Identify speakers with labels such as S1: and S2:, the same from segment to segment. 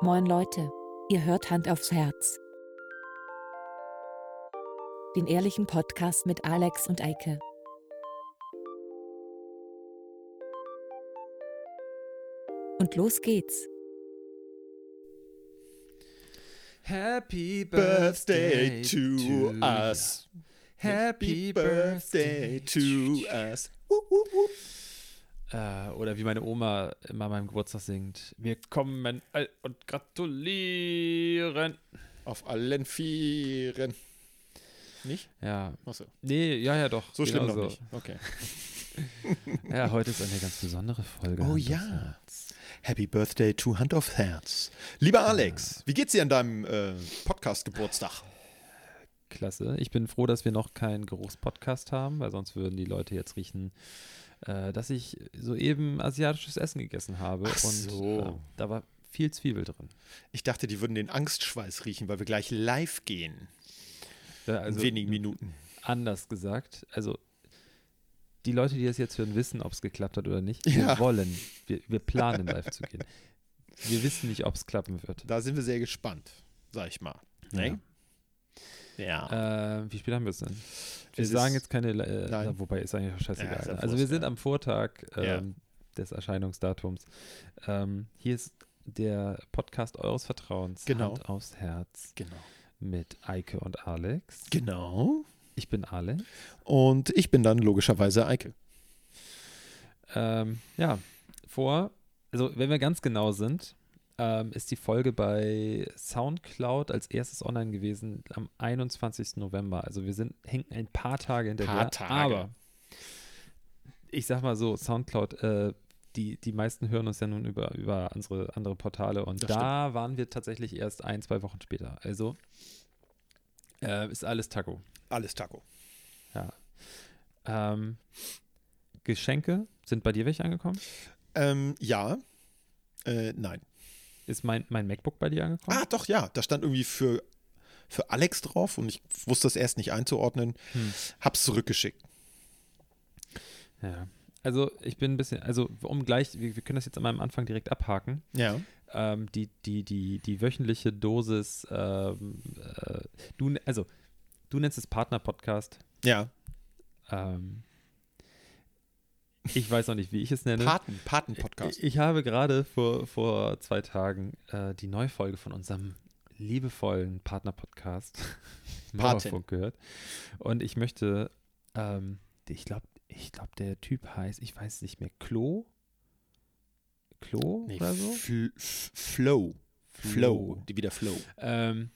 S1: Moin Leute, ihr hört Hand aufs Herz. Den ehrlichen Podcast mit Alex und Eike. Und los geht's.
S2: Happy
S3: birthday to us.
S2: Happy birthday to
S3: us.
S2: Äh, oder wie meine Oma immer an meinem Geburtstag singt. Wir kommen all und gratulieren.
S3: Auf allen Vieren. Nicht?
S2: Ja.
S3: Achso.
S2: Nee, ja, ja, doch.
S3: So schlimm
S2: genau
S3: noch nicht. Okay.
S2: Ja, heute ist eine ganz besondere Folge.
S3: Oh ja. Happy Birthday to Hand of Herz. Lieber Alex, wie geht's dir an deinem äh, Podcast-Geburtstag?
S2: Klasse. Ich bin froh, dass wir noch keinen Geruchspodcast haben, weil sonst würden die Leute jetzt riechen, äh, dass ich soeben asiatisches Essen gegessen habe.
S3: Ach
S2: und
S3: so.
S2: äh, da war viel Zwiebel drin.
S3: Ich dachte, die würden den Angstschweiß riechen, weil wir gleich live gehen.
S2: Äh,
S3: In
S2: also
S3: wenigen Minuten.
S2: anders gesagt, also die Leute, die das jetzt hören, wissen, ob es geklappt hat oder nicht. Wir
S3: Ja.
S2: wollen, wir, wir planen live zu gehen. Wir wissen nicht, ob es klappen wird.
S3: Da sind wir sehr gespannt, sag ich mal. Ne? Ja.
S2: Äh, wie spät haben wir es denn? Wir
S3: Ähm, Es
S2: sagen
S3: ist-
S2: jetzt keine, äh,
S3: Nein.
S2: na, wobei ist eigentlich auch
S3: Ja,
S2: scheißegal.
S3: ist ja
S2: also wir
S3: Wurst,
S2: sind
S3: ja.
S2: am Vortag ähm,
S3: Ja.
S2: des Erscheinungsdatums. Ähm, hier ist der Podcast eures Vertrauens.
S3: Genau.
S2: Hand aufs Herz
S3: Genau.
S2: mit Eike und Alex.
S3: Genau.
S2: Ich bin Alex.
S3: Und ich bin dann logischerweise Eike.
S2: Ähm, ja, vor, also wenn wir ganz genau sind, ähm, ist die Folge bei SoundCloud als erstes online gewesen am 21. November. Also wir sind, hinken ein paar Tage hinterher.
S3: Paar Tage.
S2: Aber ich sag mal so, SoundCloud, äh, die, die meisten hören uns ja nun über, über unsere andere Portale und
S3: Das
S2: da waren wir tatsächlich erst ein, zwei Wochen später. Also äh, ist alles Taco.
S3: Alles Taco.
S2: Ähm, Geschenke, sind bei dir welche angekommen?
S3: Ähm, ja. Äh, nein.
S2: Ist mein, mein MacBook bei dir angekommen?
S3: Ah, doch, ja. Da stand irgendwie für, für Alex drauf und ich wusste das erst nicht einzuordnen.
S2: Hm.
S3: Hab's zurückgeschickt.
S2: Ja. Also ich bin ein bisschen, also um gleich, wir, wir können das jetzt am Anfang direkt abhaken.
S3: Ja.
S2: Ähm, die, die, die, die wöchentliche Dosis, ähm, äh, du, n- also du nennst es Partner-Podcast.
S3: Ja.
S2: Ähm, ich weiß noch nicht, wie ich es nenne.
S3: Paten, Paten-Podcast.
S2: Ich, ich habe gerade vor, vor zwei Tagen äh, die Neufolge von unserem liebevollen Partner-Podcast Mauerfunk gehört. Und ich möchte, ähm, ich glaube, ich glaub, der Typ heißt, ich weiß nicht mehr, Klo? Klo
S3: äh, Nee,
S2: oder so?
S3: Fl- F- Flow. Flow. Die wieder Flow.
S2: Ähm,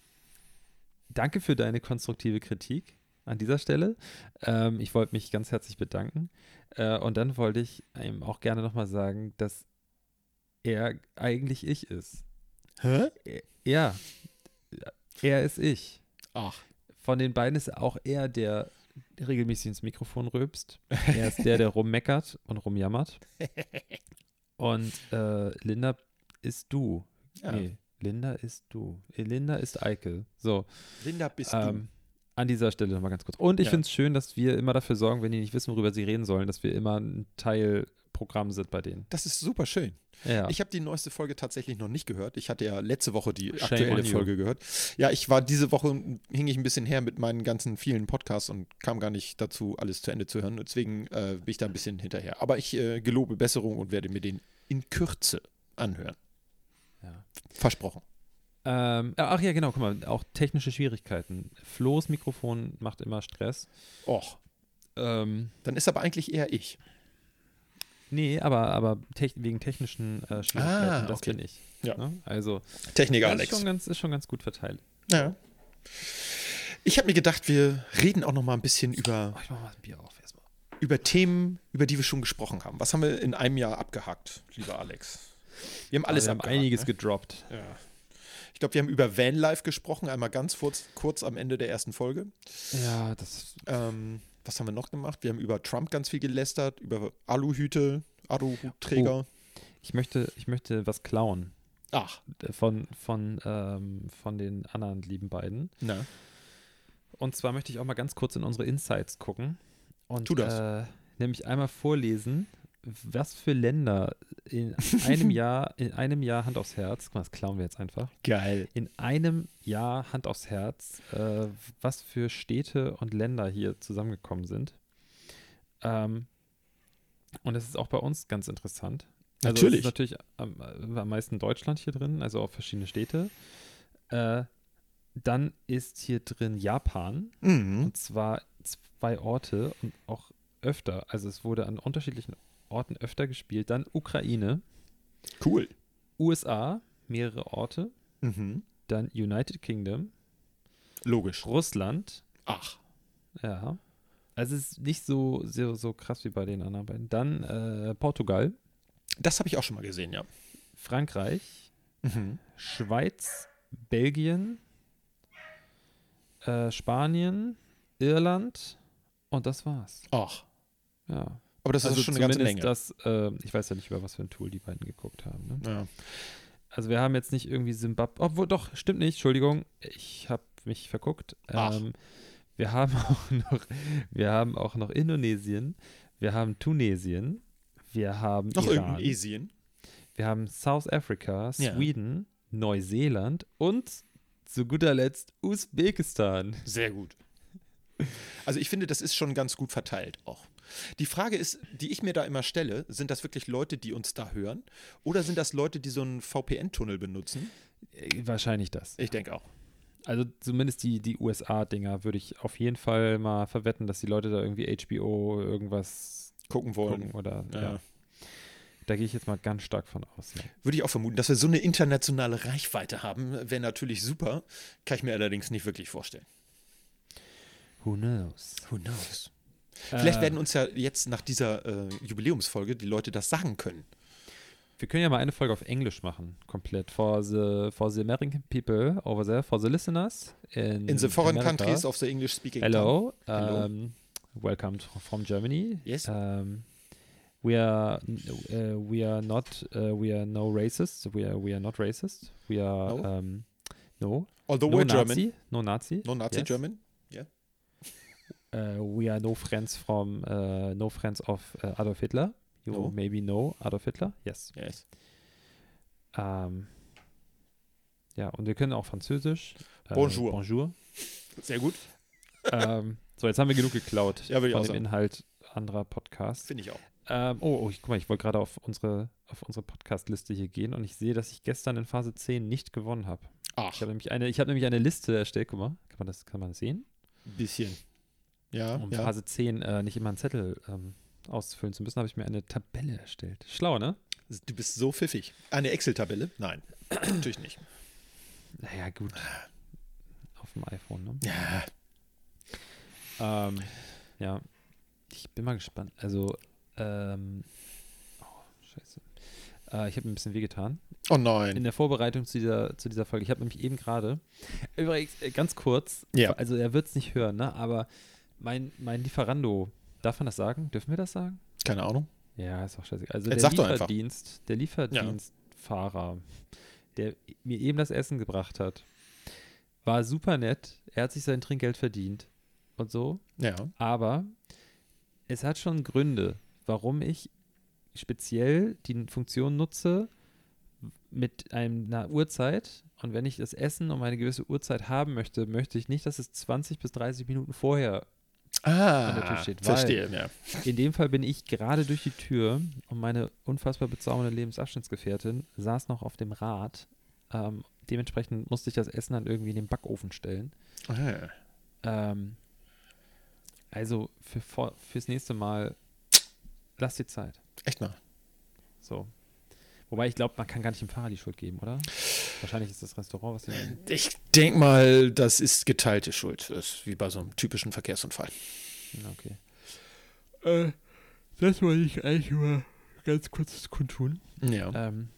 S2: danke für deine konstruktive Kritik an dieser Stelle. Ähm, ich wollte mich ganz herzlich bedanken. Äh, und dann wollte ich ihm auch gerne nochmal sagen, dass er eigentlich ich ist.
S3: Hä?
S2: Ja, er ist ich.
S3: Ach.
S2: Von den beiden ist auch er, der regelmäßig ins Mikrofon rülpst. Er ist der, der rummeckert und rumjammert. Und äh, Linda ist du.
S3: Ja.
S2: Nee, Linda ist du. Äh, Linda ist Eike. So.
S3: Linda bist
S2: Ähm, an dieser Stelle nochmal ganz kurz. Und ich
S3: Ja.
S2: finde es schön, dass wir immer dafür sorgen, wenn die nicht wissen, worüber sie reden sollen, dass wir immer ein Teilprogramm sind bei denen.
S3: Das ist super schön.
S2: Ja.
S3: Ich habe die neueste Folge tatsächlich noch nicht gehört. Ich hatte ja letzte Woche die
S2: Shame on
S3: aktuelle
S2: you.
S3: Folge gehört. Ja, ich war diese Woche, hing ich ein bisschen her mit meinen ganzen vielen Podcasts und kam gar nicht dazu, alles zu Ende zu hören. Deswegen äh, bin ich da ein bisschen hinterher. Aber ich äh, gelobe Besserung und werde mir den in Kürze anhören.
S2: Ja.
S3: Versprochen.
S2: Ähm, ach ja, genau, guck mal, auch technische Schwierigkeiten. Flo's Mikrofon macht immer Stress.
S3: Och,
S2: Ähm,
S3: dann ist aber eigentlich eher ich.
S2: nee, aber, aber tech wegen technischen äh, Schwierigkeiten,
S3: Ah,
S2: das
S3: okay.
S2: bin ich.
S3: Ja.
S2: Ne? Also,
S3: Techniker
S2: das ist,
S3: Alex.
S2: schon ganz, ist schon ganz gut verteilt.
S3: Ja. Ich habe mir gedacht, wir reden auch noch mal ein bisschen
S2: Oh,
S3: über,
S2: ich mach mal ein Bier auf erstmal.
S3: über Themen, über die wir schon gesprochen haben. Was haben wir in einem Jahr abgehakt, lieber Alex? Wir haben alles
S2: wir haben
S3: abgehakt,
S2: einiges
S3: ne?
S2: gedroppt.
S3: Ja. Ich glaube, wir haben über Vanlife gesprochen, einmal ganz kurz, kurz am Ende der ersten Folge.
S2: Ja, das
S3: Ähm, was haben wir noch gemacht? Wir haben über Trump ganz viel gelästert, über Aluhüte, Aluhutträger.
S2: ich möchte, ich möchte was klauen
S3: Ach,
S2: äh, von, von, ähm, von den anderen lieben beiden.
S3: na.
S2: Und zwar möchte ich auch mal ganz kurz in unsere Insights gucken. Und,
S3: Tu das.
S2: Äh, nämlich einmal vorlesen, was für Länder in einem Jahr, in einem Jahr Hand aufs Herz, guck mal, das klauen wir jetzt einfach,
S3: Geil.
S2: in einem Jahr Hand aufs Herz, äh, was für Städte und Länder hier zusammengekommen sind. Ähm, und das ist auch bei uns ganz interessant. Also es
S3: Natürlich.
S2: ist natürlich am, äh, am meisten Deutschland hier drin, also auch verschiedene Städte. Äh, dann ist hier drin Japan.
S3: Mhm.
S2: Und zwar zwei Orte und auch öfter. Also es wurde an unterschiedlichen Orten öfter gespielt. Dann Ukraine,
S3: Cool.
S2: USA, mehrere Orte.
S3: Mhm.
S2: Dann United Kingdom,
S3: Logisch.
S2: Russland.
S3: Ach.
S2: Ja. Also es ist nicht so, so, so krass wie bei den anderen beiden. Dann äh, Portugal,
S3: Das habe ich auch schon mal gesehen, ja.
S2: Frankreich,
S3: Mhm.
S2: Schweiz, Belgien, äh, Spanien, Irland und das war's.
S3: Ach.
S2: Ja.
S3: Aber das
S2: also
S3: ist schon eine ganze Menge.
S2: zumindest Das, äh, ich weiß ja nicht, über was für ein Tool die beiden geguckt haben. Ne?
S3: ja.
S2: Also wir haben jetzt nicht irgendwie Simbabwe, obwohl doch, stimmt nicht, Entschuldigung, ich habe mich verguckt.
S3: Ach.
S2: Ähm, wir haben auch noch, wir haben auch noch Indonesien, wir haben Tunesien, wir haben
S3: Noch
S2: Iran,
S3: irgendein Asien.
S2: wir haben South Africa,
S3: Ja.
S2: Sweden, Neuseeland und zu guter Letzt Usbekistan.
S3: Sehr gut. Also ich finde, das ist schon ganz gut verteilt auch. Die Frage ist, die ich mir da immer stelle, sind das wirklich Leute, die uns da hören? Oder sind das Leute, die so einen VPN-Tunnel benutzen?
S2: Äh, Wahrscheinlich das.
S3: Ich denke auch.
S2: Also zumindest die, die USA-Dinger würde ich auf jeden Fall mal verwetten, dass die Leute da irgendwie HBO irgendwas
S3: Gucken wollen.
S2: gucken oder ja.
S3: Ja.
S2: Da gehe ich jetzt mal ganz stark von aus. Ne?
S3: Würde ich auch vermuten, dass wir so eine internationale Reichweite haben, wäre natürlich super. Kann ich mir allerdings nicht wirklich vorstellen.
S2: Who knows?
S3: Who knows? Äh. Vielleicht werden uns ja jetzt nach dieser äh, Jubiläumsfolge die Leute das sagen können.
S2: wir können ja mal eine Folge auf Englisch machen, komplett. For the, for the American people over there, for the listeners in,
S3: In the foreign
S2: America.
S3: countries of the English speaking
S2: Hello.
S3: Hm, Hello.
S2: Um, welcome to- from Germany.
S3: Yes.
S2: Um, we are uh, we are not uh, we are no racist. We are we are not racist. We are
S3: No?
S2: um, no
S3: Although
S2: no
S3: we're
S2: Nazi.
S3: German.
S2: No Nazi.
S3: No Nazi
S2: Yes.
S3: German.
S2: Uh, we are no friends from uh, no friends of uh, Adolf Hitler. You
S3: No.
S2: maybe know Adolf Hitler. Yes.
S3: Yes.
S2: Um, ja, und wir können auch Französisch. Äh,
S3: Bonjour.
S2: Bonjour.
S3: Sehr gut.
S2: ähm, so, jetzt haben wir genug geklaut
S3: Ja, würde ich
S2: von
S3: auch
S2: dem
S3: sagen.
S2: Inhalt anderer Podcasts.
S3: Finde ich auch.
S2: Ähm, oh, oh, ich, guck mal, ich wollte gerade auf unsere, auf unsere Podcast-Liste hier gehen und ich sehe, dass ich gestern in Phase 10 nicht gewonnen habe.
S3: Ach,
S2: Ich habe nämlich, eine- ich habe nämlich eine Liste erstellt, guck mal, kann man das, kann man das sehen?
S3: bisschen. Ja,
S2: Um
S3: ja.
S2: Phase 10 äh, nicht immer einen Zettel ähm, auszufüllen zu müssen, habe ich mir eine Tabelle erstellt. Schlau, ne?
S3: Du bist so pfiffig. Eine Excel-Tabelle? Nein, natürlich nicht.
S2: Naja, gut. Auf dem iPhone, ne?
S3: Ja.
S2: Ähm, ja, ich bin mal gespannt. Also, ähm, oh, scheiße. Äh, ich habe mir ein bisschen wehgetan.
S3: Oh
S2: In
S3: nein.
S2: der Vorbereitung zu dieser, zu dieser Folge. Ich habe nämlich eben gerade, übrigens, äh, ganz kurz,
S3: Ja.
S2: also er wird es nicht hören, ne? aber mein, mein Lieferando, darf man das sagen? Dürfen wir das sagen?
S3: Keine Ahnung.
S2: Ja, ist auch scheiße. Also
S3: Jetzt
S2: der
S3: sag doch einfach.
S2: Lieferdienst, der Lieferdienstfahrer, der mir eben das Essen gebracht hat, war super nett. Er hat sich sein Trinkgeld verdient und so.
S3: Ja.
S2: Aber es hat schon Gründe, warum ich speziell die Funktion nutze mit einer Uhrzeit. Und wenn ich das Essen um eine gewisse Uhrzeit haben möchte, möchte ich nicht, dass es 20 bis 30 Minuten vorher. der Tür
S3: Ah,
S2: steht, weil-
S3: verstehe. Ja.
S2: In dem Fall bin ich gerade durch die Tür und meine unfassbar bezaubernde Lebensabschnittsgefährtin saß noch auf dem Rad. Ähm, dementsprechend musste ich das Essen dann irgendwie in den Backofen stellen.
S3: Ah.
S2: Ähm, also für, vor- fürs nächste Mal lass dir Zeit.
S3: Echt mal.
S2: So. Wobei ich glaube, man kann gar nicht dem Fahrer die Schuld geben, oder? Wahrscheinlich ist das Restaurant, was die,
S3: Ich denke mal, das ist geteilte Schuld. Das ist wie bei so einem typischen Verkehrsunfall.
S2: Ja, okay.
S4: Äh, das wollte ich eigentlich nur ganz kurzes kundtun.
S3: Ja,
S2: Ähm,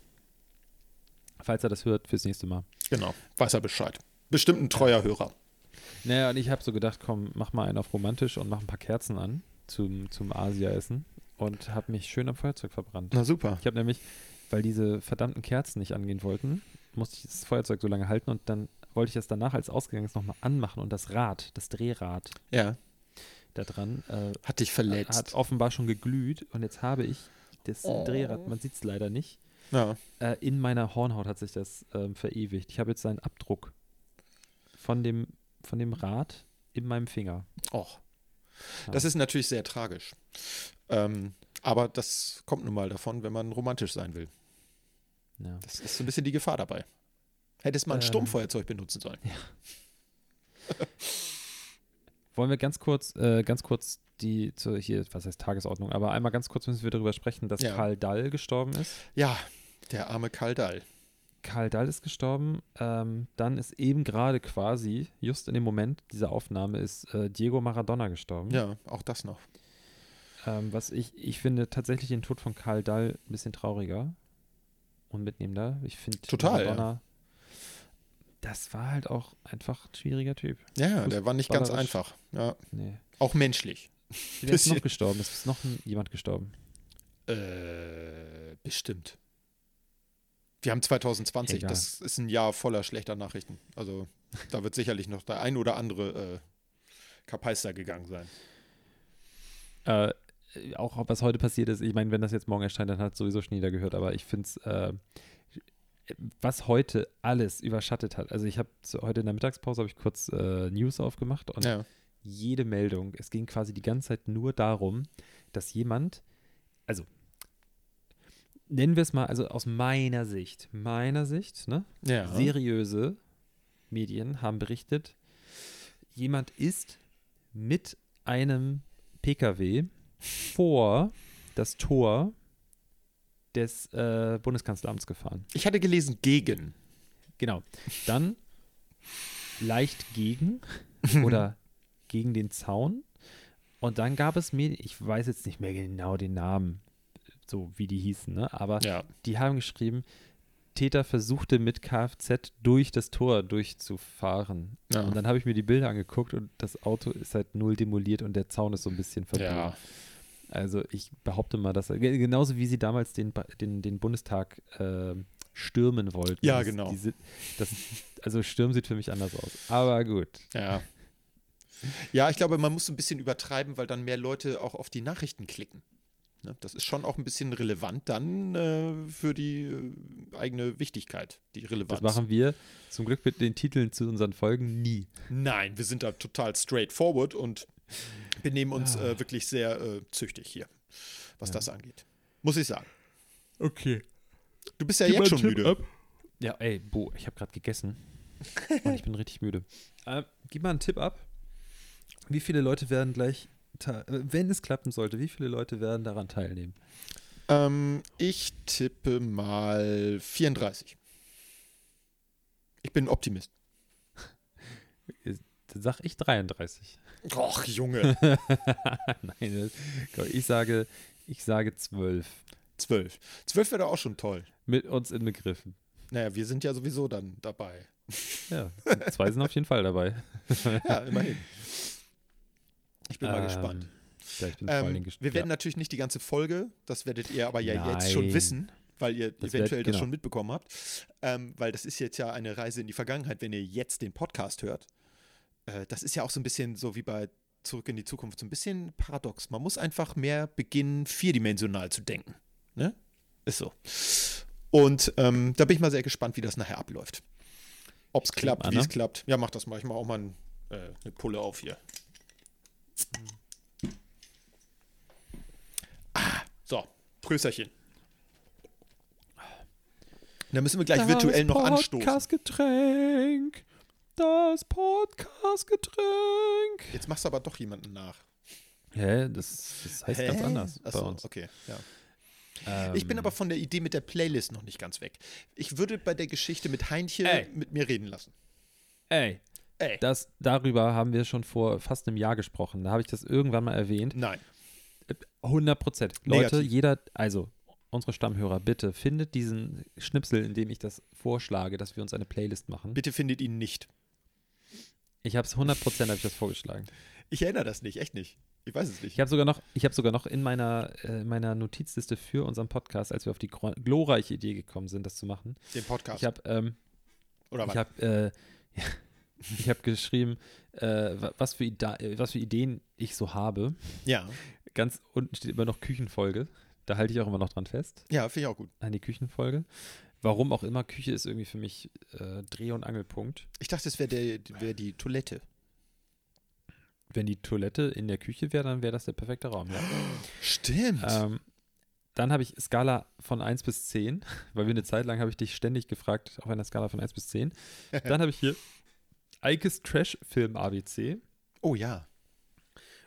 S2: falls er das hört, fürs nächste Mal.
S3: genau. Weiß er Bescheid. Bestimmt ein treuer Hörer.
S2: Naja, und ich habe so gedacht, komm, mach mal einen auf romantisch und mach ein paar Kerzen an zum, zum Asia-Essen und habe mich schön am Feuerzeug verbrannt.
S3: Na super.
S2: Ich habe nämlich, weil diese verdammten Kerzen nicht angehen wollten, musste ich das Feuerzeug so lange halten und dann wollte ich das danach, als ausgegangen ist, nochmal anmachen und das Rad, das Drehrad
S3: Ja,
S2: da dran, äh,
S3: hat dich
S2: hat
S3: verletzt.
S2: offenbar schon geglüht und jetzt habe ich das Drehrad, man sieht es leider nicht.
S3: Ja.
S2: Äh, in meiner Hornhaut hat sich das ähm, verewigt. Ich habe jetzt einen Abdruck von dem, von dem Rad in meinem Finger.
S3: Och. Das ist natürlich sehr tragisch. Ähm, aber das kommt nun mal davon, wenn man romantisch sein will.
S2: Ja.
S3: Das ist so ein bisschen die Gefahr dabei. Hättest man ein
S2: Ähm.
S3: Sturmfeuerzeug benutzen sollen.
S2: Wollen wir ganz kurz, äh, ganz kurz die, zur, hier, was heißt Tagesordnung, aber einmal ganz kurz müssen wir darüber sprechen, dass
S3: Ja.
S2: Karl Dall gestorben ist.
S3: Ja, der arme Kaldal.
S2: Karl Dall ist gestorben. Ähm, dann ist eben gerade quasi, just in dem Moment dieser Aufnahme, ist äh, Diego Maradona gestorben.
S3: Ja, auch das noch.
S2: Ähm, was ich, ich finde tatsächlich den Tod von Karl Dall ein bisschen trauriger und mitnehmender. Ich finde
S3: Total, ja.
S2: Maradona, das war halt auch einfach ein schwieriger Typ.
S3: Ja, ja, der war nicht ganz
S2: Fußballerisch.
S3: einfach. Ja,
S2: Nee.
S3: auch menschlich.
S2: Wer ist noch
S3: Bisschen.
S2: gestorben? Ist noch ein, jemand gestorben?
S3: Äh, bestimmt. Wir haben 2020,
S2: Egal.
S3: das ist ein Jahr voller schlechter Nachrichten. Also da wird sicherlich noch der ein oder andere äh, Kapeister gegangen sein.
S2: Äh, auch was heute passiert ist, ich meine, wenn das jetzt morgen erscheint, dann hat sowieso schon jeder gehört, aber ich finde es, äh, was heute alles überschattet hat. Also ich habe heute in der Mittagspause habe ich kurz äh, News aufgemacht und
S3: Ja.
S2: jede Meldung, es ging quasi die ganze Zeit nur darum, dass jemand, also nennen wir es mal, also aus meiner Sicht, meiner Sicht, ne,
S3: ja.
S2: seriöse Medien haben berichtet, jemand ist mit einem Pkw vor das Tor des äh, Bundeskanzleramts gefahren.
S3: Ich hatte gelesen gegen.
S2: Genau. Dann leicht gegen oder gegen den Zaun. Und dann gab es mir, ich weiß jetzt nicht mehr genau den Namen, so wie die hießen, ne? aber
S3: Ja.
S2: die haben geschrieben, Täter versuchte mit Kfz durch das Tor durchzufahren.
S3: Ja.
S2: Und dann habe ich mir die Bilder angeguckt und das Auto ist halt null demoliert und der Zaun ist so ein bisschen verbogen.
S3: Ja.
S2: Also ich behaupte mal, dass er, ge- genauso wie sie damals den, Ba- den, den Bundestag ähm, stürmen wollten.
S3: Ja,
S2: Das-
S3: genau.
S2: diese- das, also Stürm sieht für mich anders aus. Aber gut.
S3: Ja. Ja, ich glaube, man muss ein bisschen übertreiben, weil dann mehr Leute auch auf die Nachrichten klicken. Ne? Das ist schon auch ein bisschen relevant dann äh, für die äh, eigene Wichtigkeit, die Relevanz.
S2: Das machen wir zum Glück mit den Titeln zu unseren Folgen nie.
S3: Nein, wir sind da total straightforward und benehmen uns äh, wirklich sehr äh, züchtig hier, was das angeht. Muss ich sagen.
S4: Okay.
S3: Du bist ja
S4: Gib mal
S3: jetzt schon
S4: einen Tipp äh.
S3: müde.
S4: ab.
S2: Ja, ey, Bo, ich habe gerade gegessen. Und ich bin richtig müde. Äh, gib mal einen Tipp ab. Wie viele Leute werden gleich, te- äh, wenn es klappen sollte, wie viele Leute werden daran teilnehmen?
S3: Ähm, ich tippe mal 34. Ich bin ein Optimist.
S2: Dann sag ich 33.
S3: Och, Junge.
S2: Nein, das- komm, ich sage, ich sage 12.
S3: Zwölf. Zwölf wäre doch auch schon toll.
S2: Mit uns inbegriffen.
S3: Naja, wir sind ja sowieso dann dabei.
S2: Ja, zwei sind auf jeden Fall dabei.
S3: Ja, immerhin. Ich bin mal
S2: Ähm,
S3: gespannt.
S2: Ja, ich bin vor allen
S3: Ähm,
S2: Dingen gespannt.
S3: wir werden natürlich nicht die ganze Folge, das werdet ihr aber ja jetzt
S2: Nein.
S3: schon wissen, weil ihr
S2: Das
S3: eventuell
S2: werd-
S3: das
S2: genau.
S3: schon mitbekommen habt, ähm, weil das ist jetzt ja eine Reise in die Vergangenheit, wenn ihr jetzt den Podcast hört. Äh, das ist ja auch so ein bisschen so wie bei Zurück in die Zukunft, so ein bisschen paradox. Man muss einfach mehr beginnen, vierdimensional zu denken. Ne? Ist so. Und ähm, da bin ich mal sehr gespannt, wie das nachher abläuft. Ob es klappt,
S2: an,
S3: wie es
S2: ne?
S3: klappt. Ja, mach das mal. Ich mache auch mal ein, äh, eine Pulle auf hier. So, Prösterchen. Da müssen wir gleich virtuell noch anstoßen.
S2: Podcastgetränk. Das Podcastgetränk.
S3: Jetzt machst du aber doch jemanden nach.
S2: Hä, das, das heißt ganz
S3: Hä?
S2: anders
S3: Achso,
S2: bei uns.
S3: okay. Ja. Ich bin
S2: Ähm,
S3: aber von der Idee mit der Playlist noch nicht ganz weg. Ich würde bei der Geschichte mit Heinchen
S2: Ey.
S3: mit mir reden lassen.
S2: Ey,
S3: Ey.
S2: das, darüber haben wir schon vor fast einem Jahr gesprochen. Da habe ich das irgendwann mal erwähnt.
S3: Nein.
S2: 100 Prozent. Leute,
S3: Negativ.
S2: jeder, also unsere Stammhörer, bitte findet diesen Schnipsel, in dem ich das vorschlage, dass wir uns eine Playlist machen.
S3: Bitte findet ihn nicht.
S2: Ich habe es 100 Prozent, habe ich das vorgeschlagen.
S3: Ich erinnere das nicht, echt nicht. Ich weiß es nicht.
S2: Ich habe sogar noch, ich habe sogar noch in meiner, äh, meiner Notizliste für unseren Podcast, als wir auf die gro- glorreiche Idee gekommen sind, das zu machen.
S3: Den Podcast.
S2: Ich habe, ähm,
S3: Oder was?
S2: ich habe, äh, ich habe geschrieben, äh, wa- was für, Ida äh, was für Ideen ich so habe.
S3: ja.
S2: Ganz unten steht immer noch Küchenfolge. Da halte ich auch immer noch dran fest,
S3: Ja, finde ich auch gut.
S2: an die Küchenfolge. Warum auch immer, Küche ist irgendwie für mich äh, Dreh- und Angelpunkt.
S3: Ich dachte, es wäre der- wäre die Toilette.
S2: Wenn die Toilette in der Küche wäre, dann wäre das der perfekte Raum. Ja.
S3: Stimmt.
S2: Ähm, dann habe ich Skala von 1 bis 10, weil wir eine Zeit lang habe ich dich ständig gefragt, auf einer Skala von 1 bis 10. Dann habe ich hier Eikes Trash-Film ABC.
S3: oh ja.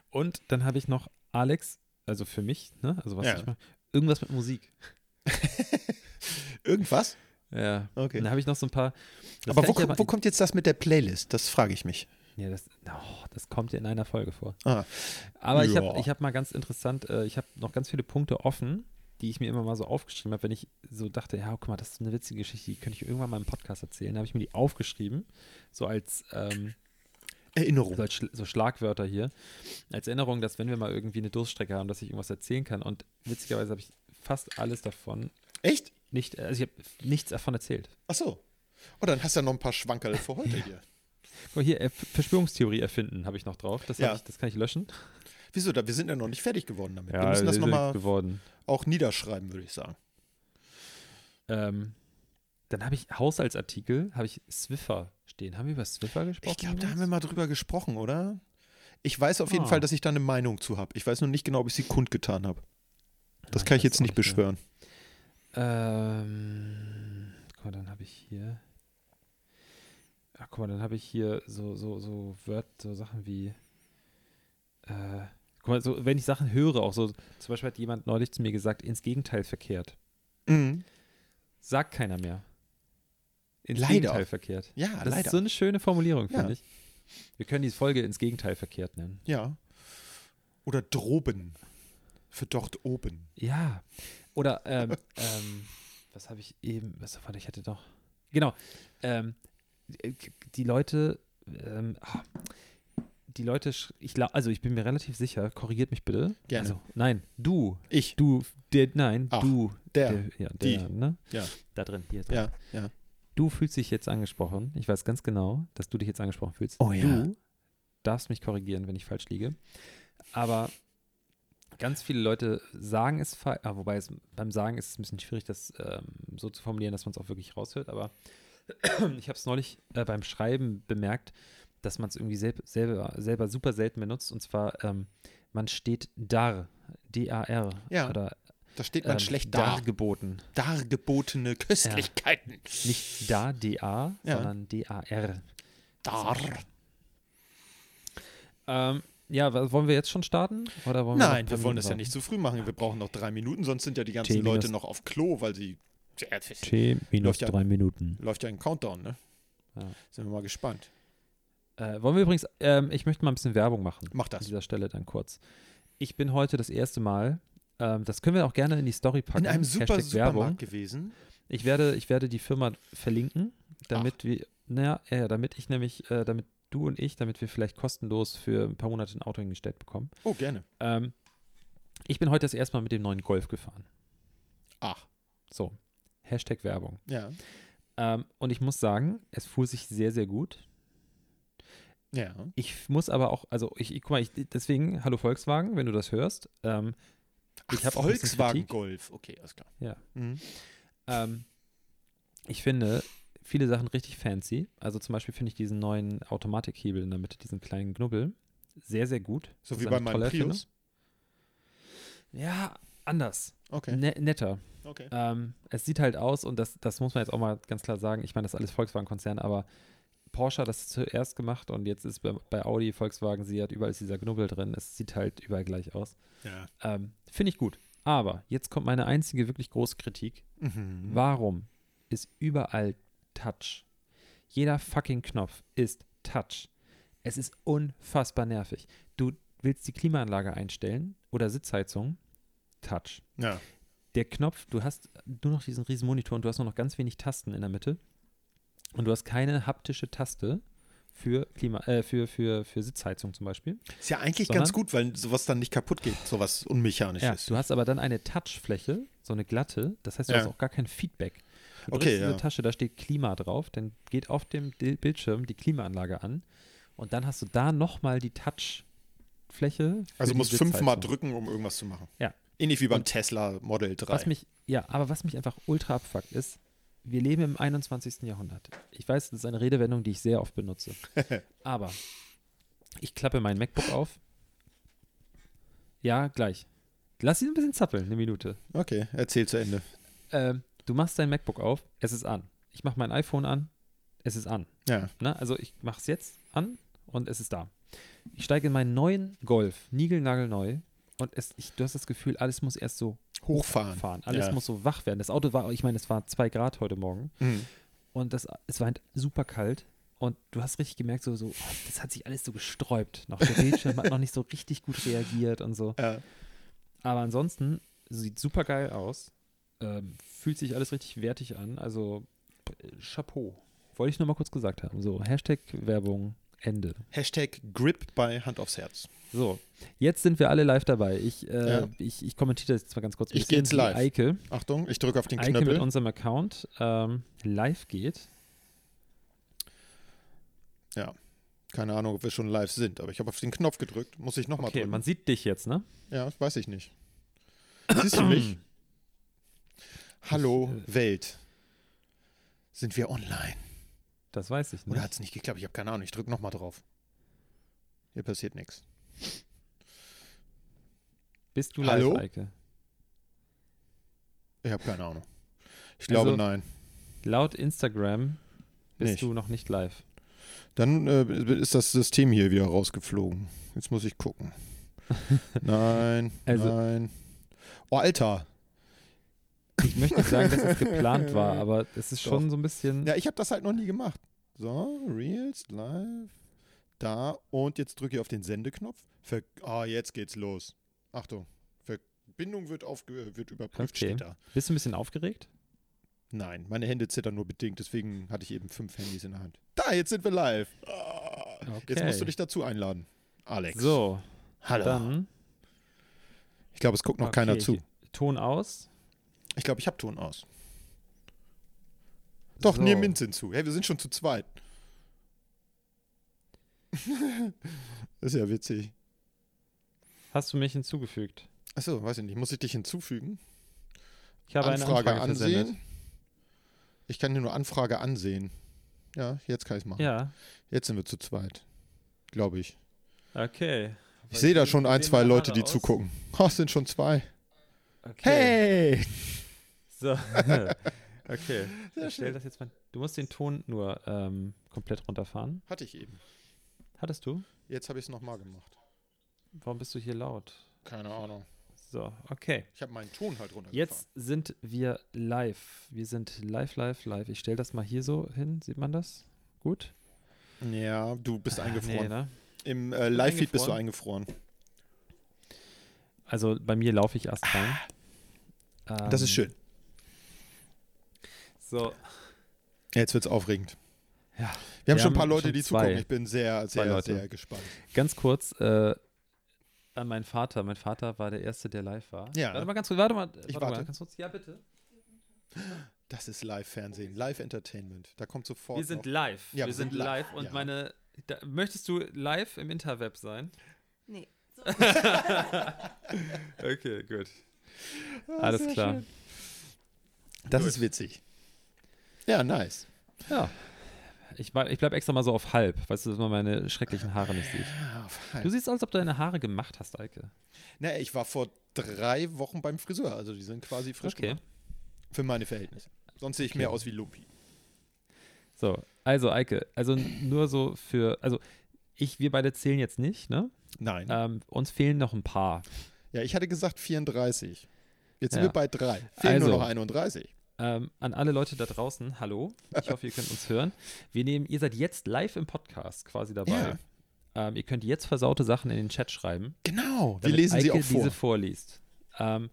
S2: Und dann habe ich noch Alex, also für mich, ne? Also was
S3: Ja.
S2: ich mache, irgendwas mit Musik.
S3: Irgendwas?
S2: Ja.
S3: Okay.
S2: Dann habe ich noch so ein paar. das
S3: aber
S2: kann
S3: wo,
S2: ich ja
S3: kommt- wo kommt jetzt das mit der Playlist? Das frage ich mich.
S2: Ja, das, oh, das kommt ja in einer Folge vor.
S3: Ah.
S2: Aber ich
S3: Ja.
S2: habe ich hab mal ganz interessant, äh, ich habe noch ganz viele Punkte offen, die ich mir immer mal so aufgeschrieben habe, wenn ich so dachte, ja, guck mal, das ist eine witzige Geschichte, die könnte ich irgendwann mal im Podcast erzählen. Da habe ich mir die aufgeschrieben, so als, ähm,
S3: Erinnerung.
S2: so als Schl- so Schlagwörter hier, als Erinnerung, dass wenn wir mal irgendwie eine Durststrecke haben, dass ich irgendwas erzählen kann. Und witzigerweise habe ich fast alles davon
S3: Echt?
S2: nicht, also ich habe nichts davon erzählt.
S3: Ach so. Oh, dann hast du ja noch ein paar Schwankerl für heute hier.
S2: Guck mal, hier, äh, Verschwörungstheorie erfinden habe ich noch drauf. Das, hab
S3: Ja.
S2: ich, das kann ich löschen.
S3: Wieso? Da, wir sind ja noch nicht fertig geworden damit. wir müssen das nochmal
S2: geworden.
S3: auch niederschreiben, würde ich sagen.
S2: Ähm, dann habe ich Haushaltsartikel, habe ich Swiffer stehen. Haben wir über Swiffer gesprochen?
S3: Ich glaube, da
S2: jemals?
S3: haben wir mal drüber gesprochen, oder? Ich weiß auf jeden
S2: Ah.
S3: Fall, dass ich da eine Meinung zu habe. Ich weiß nur nicht genau, ob ich sie kundgetan habe. Ah, Das
S2: Ja,
S3: kann
S2: weiß
S3: ich
S2: auch
S3: jetzt nicht
S2: mehr.
S3: beschwören.
S2: Ähm, guck mal, dann habe ich hier. Ach, guck mal, dann habe ich hier so, so, so Word, so Sachen wie. Äh, guck mal, so, wenn ich Sachen höre, auch so, zum Beispiel hat jemand neulich zu mir gesagt, ins Gegenteil verkehrt.
S3: Mhm.
S2: Sagt keiner mehr. Ins
S3: Leider.
S2: Gegenteil verkehrt.
S3: Ja,
S2: Das
S3: leider.
S2: ist so eine schöne Formulierung, finde
S3: Ja.
S2: ich. Wir können die Folge ins Gegenteil verkehrt nennen.
S3: ja. Oder droben. Für dort oben.
S2: Ja. Oder, ähm, ähm, was habe ich eben, was war das? ich hatte doch. Genau. Ähm, die Leute, ähm, ah, die Leute, sch- ich glaube, also ich bin mir relativ sicher, korrigiert mich bitte.
S3: Gerne.
S2: Also, nein, du,
S3: Ich.
S2: du, der, nein,
S3: Ach,
S2: du,
S3: Der.
S2: ja, der, ne?
S3: Ja.
S2: Da drin, hier drin.
S3: Ja, ja.
S2: Du fühlst dich jetzt angesprochen. Ich weiß ganz genau, dass du dich jetzt angesprochen fühlst.
S3: Oh ja.
S2: Du darfst mich korrigieren, wenn ich falsch liege. Aber ganz viele Leute sagen es falsch, ah, wobei es beim Sagen ist es ein bisschen schwierig, das ähm, so zu formulieren, dass man es auch wirklich raushört. Aber ich habe es neulich äh, beim Schreiben bemerkt, dass man es irgendwie selb, selber, selber super selten benutzt. Und zwar, ähm, man steht dar, D-A-R.
S3: Ja,
S2: oder
S3: Da steht man
S2: ähm,
S3: schlecht da.
S2: dargeboten.
S3: Dargebotene Köstlichkeiten.
S2: Nicht da, D-A,
S3: Ja.
S2: sondern D-A-R.
S3: Dar.
S2: Ähm, ja, wa- wollen wir jetzt schon starten? Oder wollen
S3: Nein,
S2: wir noch ein paar
S3: wir wollen das ja
S2: Minuten
S3: nicht zu früh machen. Wir brauchen noch drei Minuten, sonst sind ja die ganzen
S2: T minus-
S3: Leute noch auf Klo, weil sie.
S2: warten? T minus
S3: Läuft ja.
S2: drei Minuten.
S3: Läuft ja ein Countdown, ne?
S2: Ja.
S3: Sind wir mal gespannt.
S2: Äh, wollen wir übrigens, ähm, ich möchte mal ein bisschen Werbung machen.
S3: Mach
S2: An
S3: das.
S2: dieser Stelle dann kurz. Ich bin heute das erste Mal, ähm, das können wir auch gerne in die Story packen.
S3: In einem super
S2: Hashtag
S3: Supermarkt
S2: Werbung.
S3: gewesen.
S2: Ich werde, ich werde die Firma verlinken, damit wir, naja, ja, ja, damit ich nämlich, äh, damit du und ich, damit wir vielleicht kostenlos für ein paar Monate ein Auto hingestellt bekommen.
S3: Oh, gerne.
S2: Ähm, ich bin heute das erste Mal mit dem neuen Golf gefahren.
S3: Ach,
S2: So, Hashtag Werbung.
S3: ja.
S2: Ähm, und ich muss sagen, es fuhr sich sehr, sehr gut.
S3: Ja.
S2: Ich f- muss aber auch, also ich, ich guck mal, ich, deswegen, hallo Volkswagen, wenn du das hörst. Ähm, Ich hab auch ein bisschen
S3: Volkswagen
S2: Kritik.
S3: Golf. Okay, alles klar.
S2: Ja.
S3: Mhm.
S2: ähm, ich finde viele Sachen richtig fancy. Also zum Beispiel finde ich diesen neuen Automatikhebel in der Mitte, diesen kleinen Knubbel, sehr, sehr gut.
S3: So
S2: Das
S3: wie
S2: ist
S3: bei
S2: eine ne?
S3: meinem
S2: tolle Erfindung.
S3: Prius.
S2: Ja, anders,
S3: Okay.
S2: ne netter.
S3: okay.
S2: Ähm, es sieht halt aus, und das, das muss man jetzt auch mal ganz klar sagen, ich meine, das ist alles Volkswagen-Konzern, aber Porsche hat das zuerst gemacht und jetzt ist bei, bei Audi, Volkswagen, sie hat überall ist dieser Knubbel drin. Es sieht halt überall gleich aus.
S3: Ja.
S2: Ähm, Finde ich gut. Aber jetzt kommt meine einzige wirklich große Kritik.
S3: Mhm.
S2: Warum ist überall Touch? Jeder fucking Knopf ist Touch. Es ist unfassbar nervig. Du willst die Klimaanlage einstellen oder Sitzheizung? Touch
S3: Ja.
S2: der Knopf, du hast nur noch diesen riesen Monitor und du hast nur noch ganz wenig Tasten in der Mitte und du hast keine haptische Taste für Klima, äh, für, für, für Sitzheizung zum Beispiel.
S3: Ist ja eigentlich
S2: Sondern-
S3: ganz gut, weil sowas dann nicht kaputt geht, sowas
S2: Ja,
S3: Unmechanisches.
S2: du hast aber dann eine Touchfläche, so eine glatte, das heißt, du
S3: Ja.
S2: hast auch gar kein Feedback. Du
S3: Okay,
S2: drückst
S3: ja.
S2: diese Tasche, da steht Klima drauf, dann geht auf dem Dil- Bildschirm die Klimaanlage an und dann hast du da nochmal die Touchfläche. für
S3: also
S2: die
S3: musst fünfmal
S2: Sitzheizung.
S3: drücken, um irgendwas zu machen.
S2: Ja,
S3: Ähnlich wie beim Tesla Model 3.
S2: Was mich, ja, aber was mich einfach ultra abfuckt ist, wir leben im 21. Jahrhundert. Ich weiß, das ist eine Redewendung, die ich sehr oft benutze. aber ich klappe mein MacBook auf. Ja, gleich. Lass ihn ein bisschen zappeln, eine Minute.
S3: okay, erzähl zu Ende.
S2: Ähm, du machst dein MacBook auf, es ist an. Ich mache mein iPhone an, es ist an.
S3: Ja.
S2: Na, also ich mache es jetzt an und es ist da. Ich steige in meinen neuen Golf, niegelnagelneu. Und es, ich, du hast das Gefühl, alles muss erst so
S3: Hochfahren.
S2: fahren. Alles
S3: Ja.
S2: muss so wach werden. Das Auto war, ich meine, es war zwei Grad heute Morgen.
S3: Mhm.
S2: Und das, es war halt super kalt. Und du hast richtig gemerkt, so, so, oh, das hat sich alles so gesträubt. Noch der Bildschirm hat noch nicht so richtig gut reagiert und so.
S3: Ja.
S2: Aber ansonsten sieht super geil aus. Ähm, fühlt sich alles richtig wertig an. Also äh, Chapeau. Wollte ich nur mal kurz gesagt haben. So, Hashtag Werbung, Ende.
S3: Hashtag Grip bei Hand aufs Herz.
S2: So, jetzt sind wir alle live dabei. Ich, äh,
S3: Ja.
S2: ich, ich kommentiere das jetzt mal ganz kurz.
S3: Ich
S2: Wir
S3: geht's
S2: sehen, wie
S3: live.
S2: Eike,
S3: Achtung, ich drücke auf den
S2: Eike mit
S3: Knöppel.
S2: unserem Account ähm, live geht.
S3: Keine Ahnung, ob wir schon live sind, aber ich habe auf den Knopf gedrückt. Muss ich nochmal
S2: Okay,
S3: drücken.
S2: man sieht dich jetzt, ne? Hm,
S3: Ja, das weiß ich nicht. Siehst du mich? Hallo, Welt. Sind wir online?
S2: Das weiß ich
S3: Oder
S2: nicht.
S3: hat es nicht geklappt? Ich habe keine Ahnung. Ich drücke nochmal drauf. Hier passiert nichts.
S2: Bist du live,
S3: Hallo?
S2: Eike?
S3: Ich habe keine Ahnung. Ich glaube,
S2: Also-
S3: nein.
S2: Laut Instagram bist
S3: Nicht.
S2: du noch nicht live.
S3: Dann äh, ist das System hier wieder rausgeflogen. Jetzt muss ich gucken. Nein,
S2: Also-
S3: nein. Oh, Alter.
S2: Ich möchte nicht sagen, dass es geplant war, aber es ist schon so ein bisschen.
S3: Ja, ich habe das halt noch nie gemacht. So, Reels, live. Da und jetzt drücke ich auf den Sendeknopf. Ver ah, jetzt geht's los. Achtung. Verbindung wird, aufge wird überprüft,
S2: Okay.
S3: steht da.
S2: Bist du ein bisschen aufgeregt?
S3: Nein, meine Hände zittern nur bedingt, deswegen hatte ich eben fünf Handys in der Hand. Da, jetzt sind wir live. Ah, Jetzt musst du
S2: Okay.
S3: dich dazu einladen. Alex.
S2: So,
S3: hallo.
S2: dann.
S3: Ich glaube, es guckt noch keiner
S2: Okay,
S3: zu.
S2: hier- Ton aus.
S3: Ich glaube, ich habe Ton aus. Doch,
S2: So.
S3: so. nimm Mint hinzu. Hey, wir sind schon zu zweit. ist ja witzig.
S2: Hast du mich hinzugefügt?
S3: Achso, weiß ich nicht. Muss ich dich hinzufügen?
S2: Ich habe
S3: Anfrage
S2: eine Anfrage
S3: ansehen.
S2: versendet.
S3: Ich kann dir nur Anfrage ansehen. Ja, jetzt kann ich machen.
S2: Ja,
S3: Jetzt sind wir zu zweit. Glaube ich.
S2: okay.
S3: Ich sehe da schon ein,
S2: Sehen
S3: zwei
S2: wir
S3: Leute,
S2: alle
S3: die
S2: aus?
S3: zugucken. Oh, es sind schon zwei.
S2: Okay.
S3: Hey!
S2: So. okay. Ich stell das jetzt mal. Du musst den Ton nur ähm, komplett runterfahren.
S3: Hatte ich eben.
S2: Hattest du?
S3: Jetzt habe ich es nochmal gemacht.
S2: Warum bist du hier laut?
S3: Keine Ahnung.
S2: So, okay.
S3: Ich habe meinen Ton halt runtergefahren.
S2: Jetzt sind wir live. Wir sind live, live, live. Ich stelle das mal hier so hin. Sieht man das? Gut.
S3: Ja, du bist eingefroren.
S2: Nee, ne?
S3: Im äh, Live-Feed bist du
S2: eingefroren?
S3: eingefroren.
S2: Also bei mir laufe ich erst rein.
S3: Ah. Das
S2: Ähm,
S3: ist schön.
S2: So,
S3: Jetzt wird's aufregend.
S2: Ja.
S3: Wir haben
S2: Wir
S3: schon ein paar
S2: haben
S3: Leute,
S2: schon
S3: die
S2: zwei.
S3: zugucken. Ich bin sehr, sehr,
S2: Leute.
S3: sehr gespannt.
S2: ganz kurz äh, an meinen Vater. Mein Vater war der Erste, der live war.
S3: Ja.
S2: Warte mal ganz kurz. Warte mal.
S3: Ich
S2: warte mal
S3: warte.
S2: ganz kurz. Ja, bitte.
S3: Das ist Live-Fernsehen, Live-Entertainment. Da kommt sofort.
S2: Wir sind
S3: noch.
S2: live.
S3: Ja,
S2: wir sind live. Und
S3: ja.
S2: meine. Da, möchtest du live im Interweb sein?
S5: Nee. So.
S2: Okay, gut. Alles klar.
S3: Das ist witzig. Ja, nice.
S2: Ja. Ich, mach- ich bleibe extra mal so auf halb, weißt du, dass man meine schrecklichen Haare nicht sieht.
S3: Ja,
S2: Du siehst aus, als ob du deine Haare gemacht hast, Eike.
S3: Na, ich war vor drei Wochen beim Friseur, also die sind quasi frisch
S2: Okay.
S3: gemacht. Für meine Verhältnisse. Sonst sehe ich mehr aus wie Lupi.
S2: So, also Eike, also nur so für, also ich, wir beide zählen jetzt nicht, ne?
S3: Nein.
S2: Ähm, uns fehlen noch ein paar.
S3: Ja, ich hatte gesagt 34. Jetzt sind
S2: Ja.
S3: wir bei drei. Fehlen
S2: Also.
S3: nur noch 31.
S2: Ähm, an alle Leute da draußen, hallo. Ich hoffe, ihr könnt uns hören. Wir nehmen, ihr seid jetzt live im Podcast quasi dabei. Ähm, ihr könnt jetzt versaute Sachen in den Chat schreiben.
S3: Genau. Wir
S2: damit
S3: lesen sie
S2: Eike
S3: auch vor.
S2: diese vorliest. Ähm,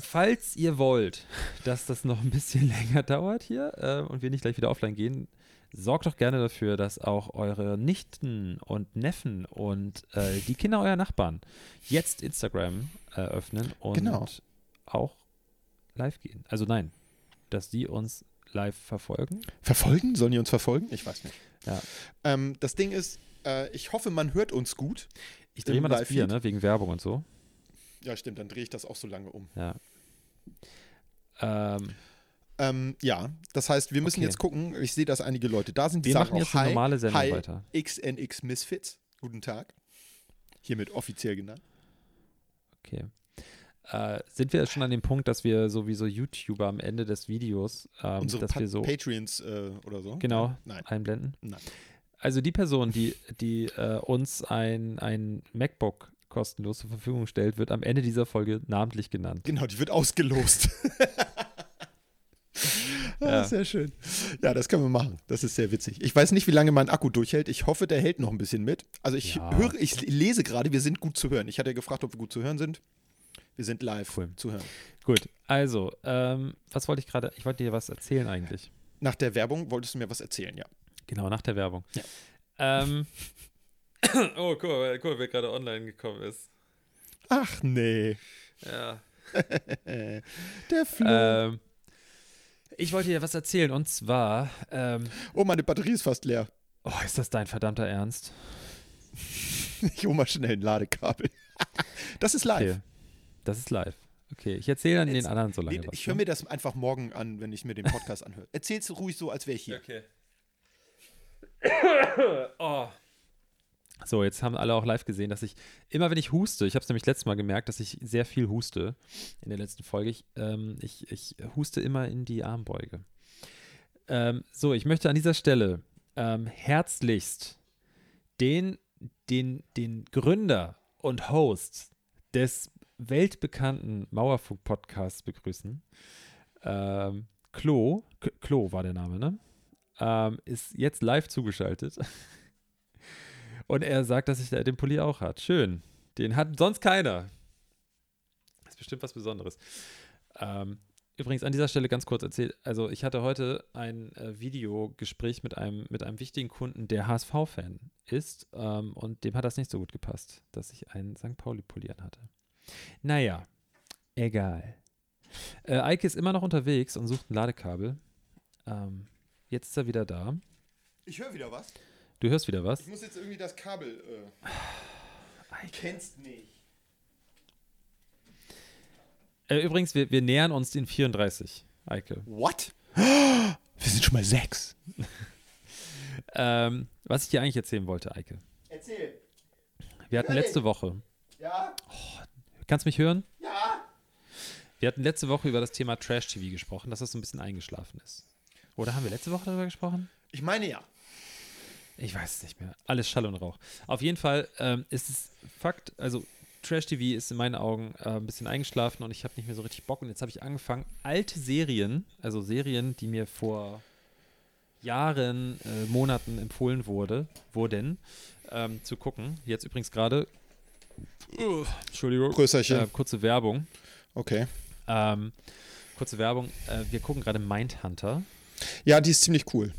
S2: falls ihr wollt, dass das noch ein bisschen länger dauert hier äh, und wir nicht gleich wieder offline gehen, sorgt doch gerne dafür, dass auch eure Nichten und Neffen und äh, die Kinder eurer Nachbarn jetzt Instagram äh, öffnen und
S3: Genau.
S2: auch live gehen. Also nein, dass die uns live verfolgen.
S3: Verfolgen? Sollen die uns verfolgen? Ich weiß nicht.
S2: Ja.
S3: Ähm, das Ding ist, äh, ich hoffe, man hört uns gut.
S2: Ich
S3: Im
S2: drehe mal das Bier,
S3: Live-Feed?
S2: ne, wegen Werbung und so.
S3: Ja, stimmt, dann drehe ich das auch so lange um.
S2: Ja. Ähm,
S3: Ähm, ja, das heißt, wir müssen
S2: Okay.
S3: jetzt gucken. Ich sehe, dass einige Leute da sind. Die
S2: wir
S3: sagen
S2: machen
S3: auch
S2: jetzt eine
S3: Hi,
S2: normale Sendung
S3: Hi,
S2: weiter.
S3: XNX Misfits. Guten Tag. Hiermit offiziell genannt.
S2: Okay. Äh, sind wir jetzt schon an dem Punkt, dass wir sowieso YouTuber am Ende des Videos, ähm,
S3: Unsere
S2: dass
S3: pa
S2: wir so
S3: Patreons äh, oder so.
S2: genau
S3: Nein.
S2: einblenden?
S3: Nein.
S2: Also die Person, die, die äh, uns ein, ein MacBook kostenlos zur Verfügung stellt, wird am Ende dieser Folge namentlich genannt.
S3: Genau, die wird ausgelost. ah,
S2: Ja.
S3: Sehr schön. Ja, das können wir machen. Das ist sehr witzig. Ich weiß nicht, wie lange mein Akku durchhält. Ich hoffe, der hält noch ein bisschen mit. Also ich
S2: Ja.
S3: höre, ich lese gerade, wir sind gut zu hören. Ich hatte ja gefragt, ob wir gut zu hören sind. Wir sind live
S2: Cool.
S3: zu hören.
S2: Gut, also, ähm, was wollte ich gerade? Ich wollte dir was erzählen eigentlich.
S3: Nach der Werbung wolltest du mir was erzählen, ja.
S2: Genau, nach der Werbung. Ähm, oh, guck mal, guck mal, wer gerade online gekommen ist.
S3: Ach nee.
S2: Ja.
S3: Äh, der Flo.
S2: Ähm, ich wollte dir was erzählen und zwar, ähm,
S3: oh, meine Batterie ist fast leer.
S2: oh, ist das dein verdammter Ernst?
S3: Ich hole mal schnell ein Ladekabel. das ist live.
S2: Okay. Das ist live. Okay, ich erzähle dann
S3: Jetzt-
S2: den anderen so lange
S3: Nee,
S2: was. ne?
S3: ich höre mir das einfach morgen an, wenn ich mir den Podcast anhöre. Erzähl's ruhig so, als wäre ich hier.
S2: Okay. oh. So, jetzt haben alle auch live gesehen, dass ich immer, wenn ich huste, ich habe es nämlich letztes Mal gemerkt, dass ich sehr viel huste in der letzten Folge. Ich, ähm, ich, ich huste immer in die Armbeuge. Ähm, so, ich möchte an dieser Stelle ähm, herzlichst den, den, den Gründer und Host des weltbekannten Mauerfunk-Podcasts begrüßen. Ähm, Klo, K Klo war der Name, ne? Ähm, ist jetzt live zugeschaltet. Und er sagt, dass sich der den Pulli auch hat. Schön. Den hat sonst keiner. Ist bestimmt was Besonderes. Ähm, übrigens an dieser Stelle ganz kurz erzählt. Also ich hatte heute ein äh, Videogespräch mit einem, mit einem wichtigen Kunden, der HSV-Fan ist. Ähm, und dem hat das nicht so gut gepasst, dass ich einen St. Pauli-Pulli anhatte. Naja, egal. Äh, Eike ist immer noch unterwegs und sucht ein Ladekabel. Ähm, jetzt ist er wieder da.
S3: Ich höre wieder was.
S2: Du hörst wieder was.
S3: muss jetzt irgendwie das Kabel. Äh, kennst nicht.
S2: Äh, übrigens, wir, wir nähern uns den 34, Eike.
S3: What? Wir sind schon mal sechs.
S2: Ähm, was ich dir eigentlich erzählen wollte, Eike.
S3: Erzähl.
S2: Wir hatten
S3: Hör
S2: letzte Woche, Oh,
S3: Ja?
S2: kannst du mich hören?
S3: Ja?
S2: Wir hatten letzte Woche über das Thema Trash-TV gesprochen, dass das so ein bisschen eingeschlafen ist. Oder haben wir letzte Woche darüber gesprochen?
S3: Ich meine ja.
S2: Ich weiß es nicht mehr. Alles Schall und Rauch. Auf jeden Fall ähm, ist es Fakt, also Trash-TV ist in meinen Augen äh, ein bisschen eingeschlafen und ich habe nicht mehr so richtig Bock. Und jetzt habe ich angefangen, alte Serien, also Serien, die mir vor Jahren, äh, Monaten empfohlen wurde, wurden, ähm, zu gucken. Jetzt übrigens gerade, uh, Entschuldigung,
S3: Größerchen.
S2: äh, kurze Werbung.
S3: Okay.
S2: Ähm, kurze Werbung. Äh, wir gucken gerade Mindhunter,
S3: Ja, die ist ziemlich cool.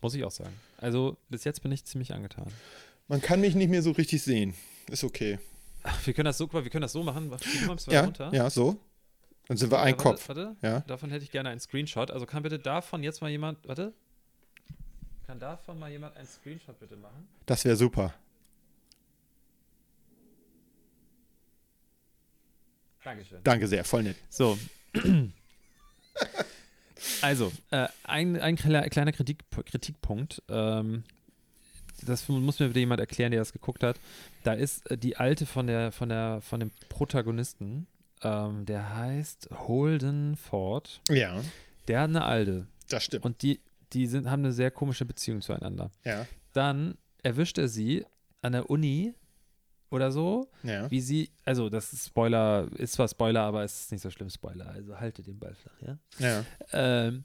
S2: muss ich auch sagen. Also bis jetzt bin ich ziemlich angetan.
S3: Man kann mich nicht mehr so richtig sehen. Ist okay.
S2: Wir können das so, guck mal, wir können das so machen. Warte, Du räumst mal
S3: Ja,
S2: runter.
S3: ja, so. Dann sind wir ein
S2: warte,
S3: Kopf.
S2: Warte,
S3: Ja.
S2: davon hätte ich gerne einen Screenshot. Also kann bitte davon jetzt mal jemand, warte. Kann davon mal jemand einen Screenshot bitte machen?
S3: Das wäre super.
S2: Dankeschön.
S3: Danke sehr, voll nett.
S2: So. Also, äh, ein, ein kleiner, kleiner Kritik, Kritikpunkt. Ähm, das muss mir wieder jemand erklären, der das geguckt hat. Da ist äh, die alte von der, von der, von dem Protagonisten, ähm, der heißt Holden Ford.
S3: Ja,
S2: Der hat eine alte.
S3: das stimmt.
S2: Und die, die sind, haben eine sehr komische Beziehung zueinander.
S3: Ja,
S2: Dann erwischt er sie an der Uni oder so,
S3: ja.
S2: wie sie, also das ist Spoiler, ist zwar Spoiler, aber es ist nicht so schlimm Spoiler, also halte den Ball flach, ja.
S3: ja.
S2: Ähm,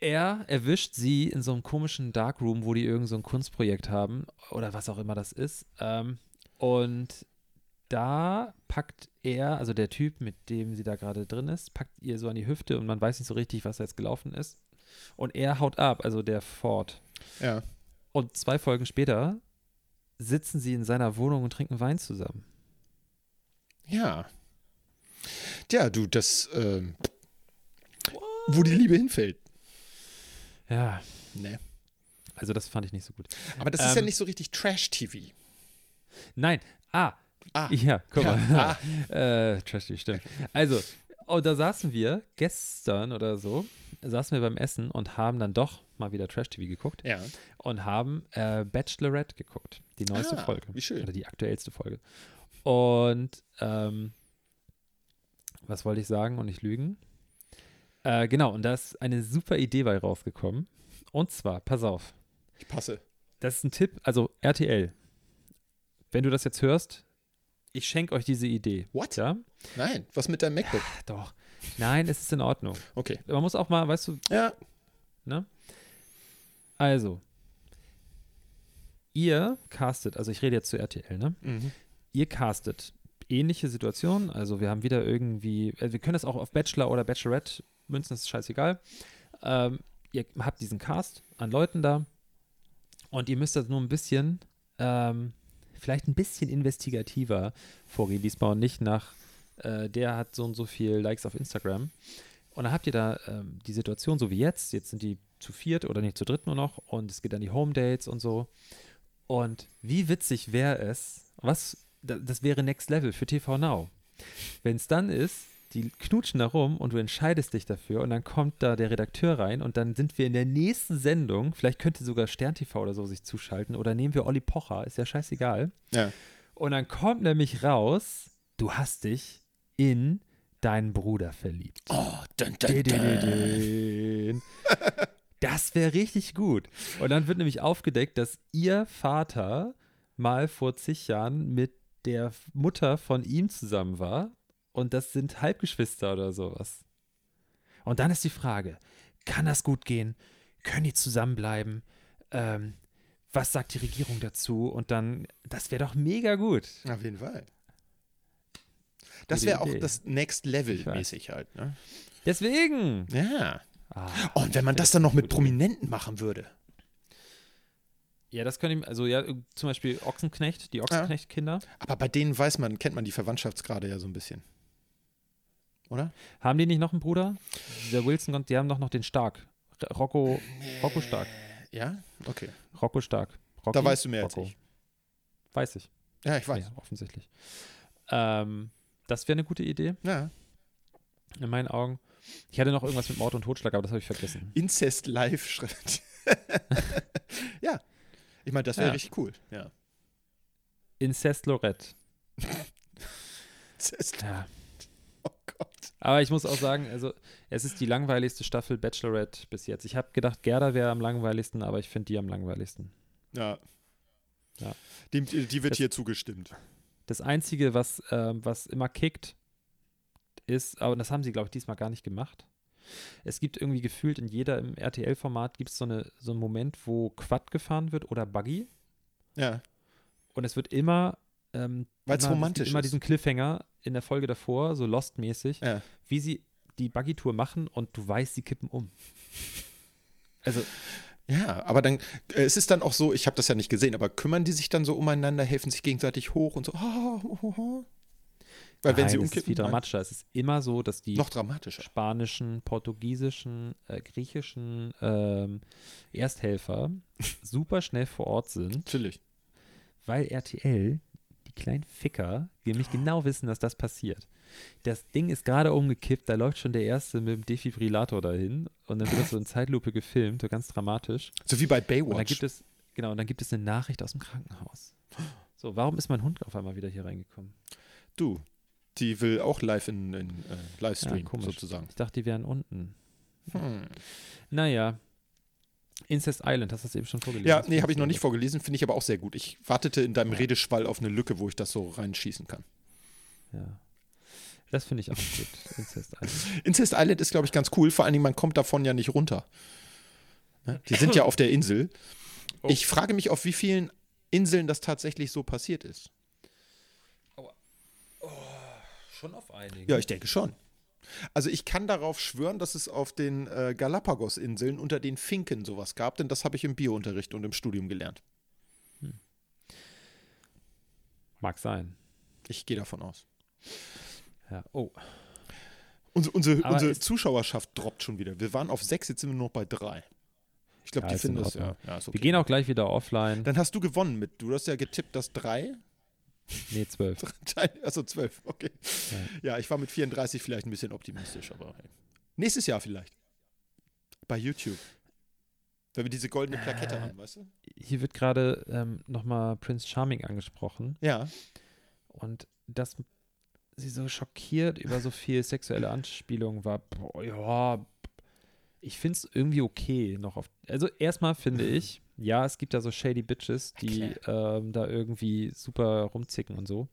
S2: er erwischt sie in so einem komischen Darkroom, wo die irgend so ein Kunstprojekt haben oder was auch immer das ist. Ähm, und da packt er, also der Typ, mit dem sie da gerade drin ist, packt ihr so an die Hüfte und man weiß nicht so richtig, was da jetzt gelaufen ist. Und er haut ab, also der Ford.
S3: ja.
S2: Und zwei Folgen später sitzen sie in seiner Wohnung und trinken Wein zusammen.
S3: Ja. Ja, du, das, ähm, wo die Liebe hinfällt.
S2: Ja,
S3: Ne.
S2: also das fand ich nicht so gut.
S3: Aber das ist ja
S2: Ähm.
S3: nicht so richtig Trash-TV.
S2: Nein, ah,
S3: Ah,
S2: Ja, guck
S3: Ja. Ah.
S2: mal. äh, trashy, stimmt. Also, oh, da saßen wir gestern oder so, saßen wir beim Essen und haben dann doch mal wieder Trash-TV geguckt
S3: ja.
S2: und haben äh, Bachelorette geguckt. Die neueste
S3: Ah,
S2: Folge.
S3: wie schön.
S2: Oder die aktuellste Folge. Und ähm, was wollte ich sagen und nicht lügen? Äh, genau, und da ist eine super Idee bei rausgekommen. Und zwar, pass auf,
S3: Ich passe.
S2: das ist ein Tipp, also RTL. Wenn du das jetzt hörst, ich schenke euch diese Idee.
S3: What?
S2: Ja?
S3: Nein, was mit deinem MacBook?
S2: Doch. Nein, es ist in Ordnung.
S3: Okay.
S2: Man muss auch mal, weißt du,
S3: Ja,
S2: also, ihr castet, also ich rede jetzt zu RTL, ne?
S3: mhm.
S2: Ihr castet ähnliche Situationen, also wir haben wieder irgendwie, also wir können das auch auf Bachelor oder Bachelorette münzen, das ist scheißegal. Ähm, ihr habt diesen Cast an Leuten da und ihr müsst das nur ein bisschen, ähm, vielleicht ein bisschen investigativer vorgehen, diesmal und nicht nach, äh, der hat so und so viel Likes auf Instagram. Und dann habt ihr da ähm, die Situation, so wie jetzt, jetzt sind die zu viert oder nicht zu dritt nur noch und es geht an die Home Dates und so. Und wie witzig wäre es, was, da- das wäre Next Level für TV Now. Wenn es dann ist, die knutschen da rum und du entscheidest dich dafür und dann kommt da der Redakteur rein und dann sind wir in der nächsten Sendung, vielleicht könnte sogar Stern TV oder so sich zuschalten oder nehmen wir Olli Pocher, ist ja scheißegal.
S3: Ja.
S2: Und dann kommt nämlich raus, du hast dich in deinen Bruder verliebt.
S3: Oh, dun, dun, dun.
S2: Didididin. Das wäre richtig gut. Und dann wird nämlich aufgedeckt, dass ihr Vater mal vor zig Jahren mit der Mutter von ihm zusammen war. Und das sind Halbgeschwister oder sowas. Und dann ist die Frage: Kann das gut gehen? Können die zusammenbleiben? Ähm, was sagt die Regierung dazu? Und dann, das wäre doch mega gut.
S3: Auf jeden Fall. Das
S2: Gute
S3: wäre auch
S2: Idee.
S3: das Next Level
S2: Ich weiß.
S3: mäßig halt. Ne?
S2: Deswegen.
S3: Ja.
S2: Ah,
S3: Oh, und wenn man das dann noch mit
S2: Gute Idee.
S3: Prominenten machen würde.
S2: Ja, das könnte ich, also ja, zum Beispiel Ochsenknecht, die Ochsenknecht-Kinder.
S3: Aber bei denen weiß man, kennt man die Verwandtschaftsgrade ja so ein bisschen. Oder?
S2: Haben die nicht noch einen Bruder? Der Wilson und die haben doch noch den Stark. R- Rocco, Rocco Äh, Stark.
S3: Ja? Okay.
S2: Rocco Stark. Rocky,
S3: Da weißt du mehr als
S2: Rocco.
S3: ich.
S2: Weiß ich.
S3: Ja, ich weiß.
S2: Ja, offensichtlich. Ähm, das wäre eine gute Idee,
S3: Ja.
S2: in meinen Augen. Ich hatte noch irgendwas mit Mord und Totschlag, aber das habe ich vergessen.
S3: Incest live schreibt. ja. Ich meine, das wäre
S2: Ja.
S3: richtig cool. Ja.
S2: Incest Lorette.
S3: Incest.
S2: Ja.
S3: Oh Gott.
S2: Aber ich muss auch sagen, also es ist die langweiligste Staffel Bachelorette bis jetzt. Ich habe gedacht, Gerda wäre am langweiligsten, aber ich finde die am langweiligsten.
S3: Ja.
S2: Ja.
S3: Dem, äh, die wird
S2: Das-
S3: hier zugestimmt.
S2: Das Einzige, was, ähm, was immer kickt, ist, aber das haben sie, glaube ich, diesmal gar nicht gemacht. Es gibt irgendwie gefühlt in jeder im RTL-Format gibt es so, eine, so einen Moment, wo Quad gefahren wird oder Buggy.
S3: Ja.
S2: Und es wird immer, ähm,
S3: Weil's
S2: immer,
S3: romantisch
S2: es gibt immer
S3: ist.
S2: diesen Cliffhanger in der Folge davor, so Lost-mäßig,
S3: Ja.
S2: wie sie die Buggy-Tour machen und du weißt, sie kippen um. Also,
S3: Ja, aber dann, äh, es ist dann auch so, ich habe das ja nicht gesehen, aber kümmern die sich dann so umeinander, helfen sich gegenseitig hoch und so. ah, oh, oh, oh. Weil wenn
S2: nein,
S3: sie
S2: es ist
S3: umkippen,
S2: viel
S3: nein,
S2: dramatischer. Es ist immer so, dass die
S3: noch dramatischer.
S2: spanischen, portugiesischen, äh, griechischen ähm, Ersthelfer super schnell vor Ort sind,
S3: Natürlich.
S2: weil RTL, die kleinen Ficker, die nämlich genau wissen, dass das passiert. Das Ding ist gerade umgekippt, da läuft schon der Erste mit dem Defibrillator dahin und dann wird das so in Zeitlupe gefilmt, so ganz dramatisch.
S3: So wie bei
S2: Und dann
S3: Baywatch.
S2: gibt es, genau, und dann gibt es eine Nachricht aus dem Krankenhaus. So, warum ist mein Hund auf einmal wieder hier reingekommen?
S3: du, die will auch live in, in äh,
S2: Ja,
S3: Livestream
S2: komisch.
S3: sozusagen.
S2: Ich dachte, die wären unten.
S3: Hm.
S2: Naja. Incest Island, hast du das eben schon vorgelesen?
S3: Ja,
S2: Das
S3: nee,
S2: finde
S3: habe ich noch nicht
S2: sehr
S3: vorgelesen, finde ich aber auch sehr gut. Ich wartete in deinem Redeschwall auf eine Lücke, wo ich das so reinschießen kann.
S2: gut. Ja. Das finde ich auch gut. Incest Island.
S3: Incest Island ist, glaube ich, ganz cool, vor allen Dingen, man kommt davon ja nicht runter. Ne? Die sind ja auf der Insel.
S2: Oh.
S3: Ich frage mich, auf wie vielen Inseln das tatsächlich so passiert ist.
S2: Schon auf einigen.
S3: Ja, ich denke schon. Also ich kann darauf schwören, dass es auf den äh, Galapagos-Inseln unter den Finken sowas gab, denn das habe ich im Biounterricht und im Studium gelernt.
S2: Mag sein.
S3: Ich gehe davon aus.
S2: Ja. Oh.
S3: Unsere, unsere,
S2: Aber
S3: unsere
S2: ist-
S3: Zuschauerschaft droppt schon wieder. Wir waren auf sechs, jetzt sind wir nur noch bei drei. Ich glaube,
S2: Ja,
S3: die
S2: ist in
S3: finden das.
S2: Ordnung.
S3: Ja, ja, ist okay.
S2: Wir gehen auch gleich wieder offline.
S3: Dann hast du gewonnen mit. Du hast ja getippt, dass drei
S2: Nee, zwölf.
S3: Achso, also zwölf, okay. Ja. ich war mit 34 vielleicht ein bisschen optimistisch, aber hey. nächstes Jahr vielleicht. Bei YouTube. Wenn wir diese goldene Plakette
S2: Äh.
S3: haben, weißt du?
S2: Hier wird gerade ähm, nochmal Prince Charming angesprochen
S3: Ja.
S2: und dass sie so schockiert über so viel sexuelle Anspielung war. Boah, ja, ich finde es irgendwie okay noch auf. Also erstmal finde ich, ja, es gibt da so shady Bitches, die ähm, da irgendwie super rumzicken und so.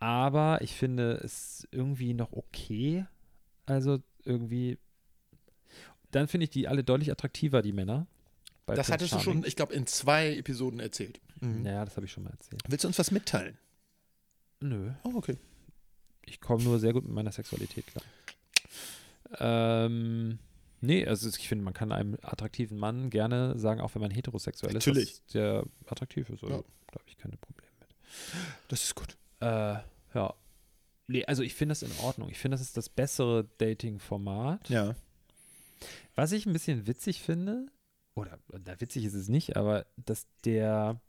S2: Aber ich finde es irgendwie noch okay. Also irgendwie. Dann finde ich die alle deutlich attraktiver, die Männer. bei
S3: Das
S2: Prince
S3: hattest du
S2: Charming.
S3: schon, ich glaube, in zwei Episoden erzählt.
S2: Naja, das habe ich schon mal erzählt.
S3: Mhm. Willst du uns was mitteilen?
S2: Nö.
S3: Oh, okay.
S2: Ich komme nur sehr gut mit meiner Sexualität klar. Ähm, nee, also ich finde, man kann einem attraktiven Mann gerne sagen, auch wenn man heterosexuell ist,
S3: Natürlich.
S2: dass der attraktiv ist. Also,
S3: Ja.
S2: Da habe ich keine Probleme mit.
S3: Das ist gut.
S2: Äh, ja. Nee, also ich finde das in Ordnung. Ich finde, das ist das bessere Dating-Format.
S3: Ja.
S2: Was ich ein bisschen witzig finde, oder na, witzig ist es nicht, aber dass der,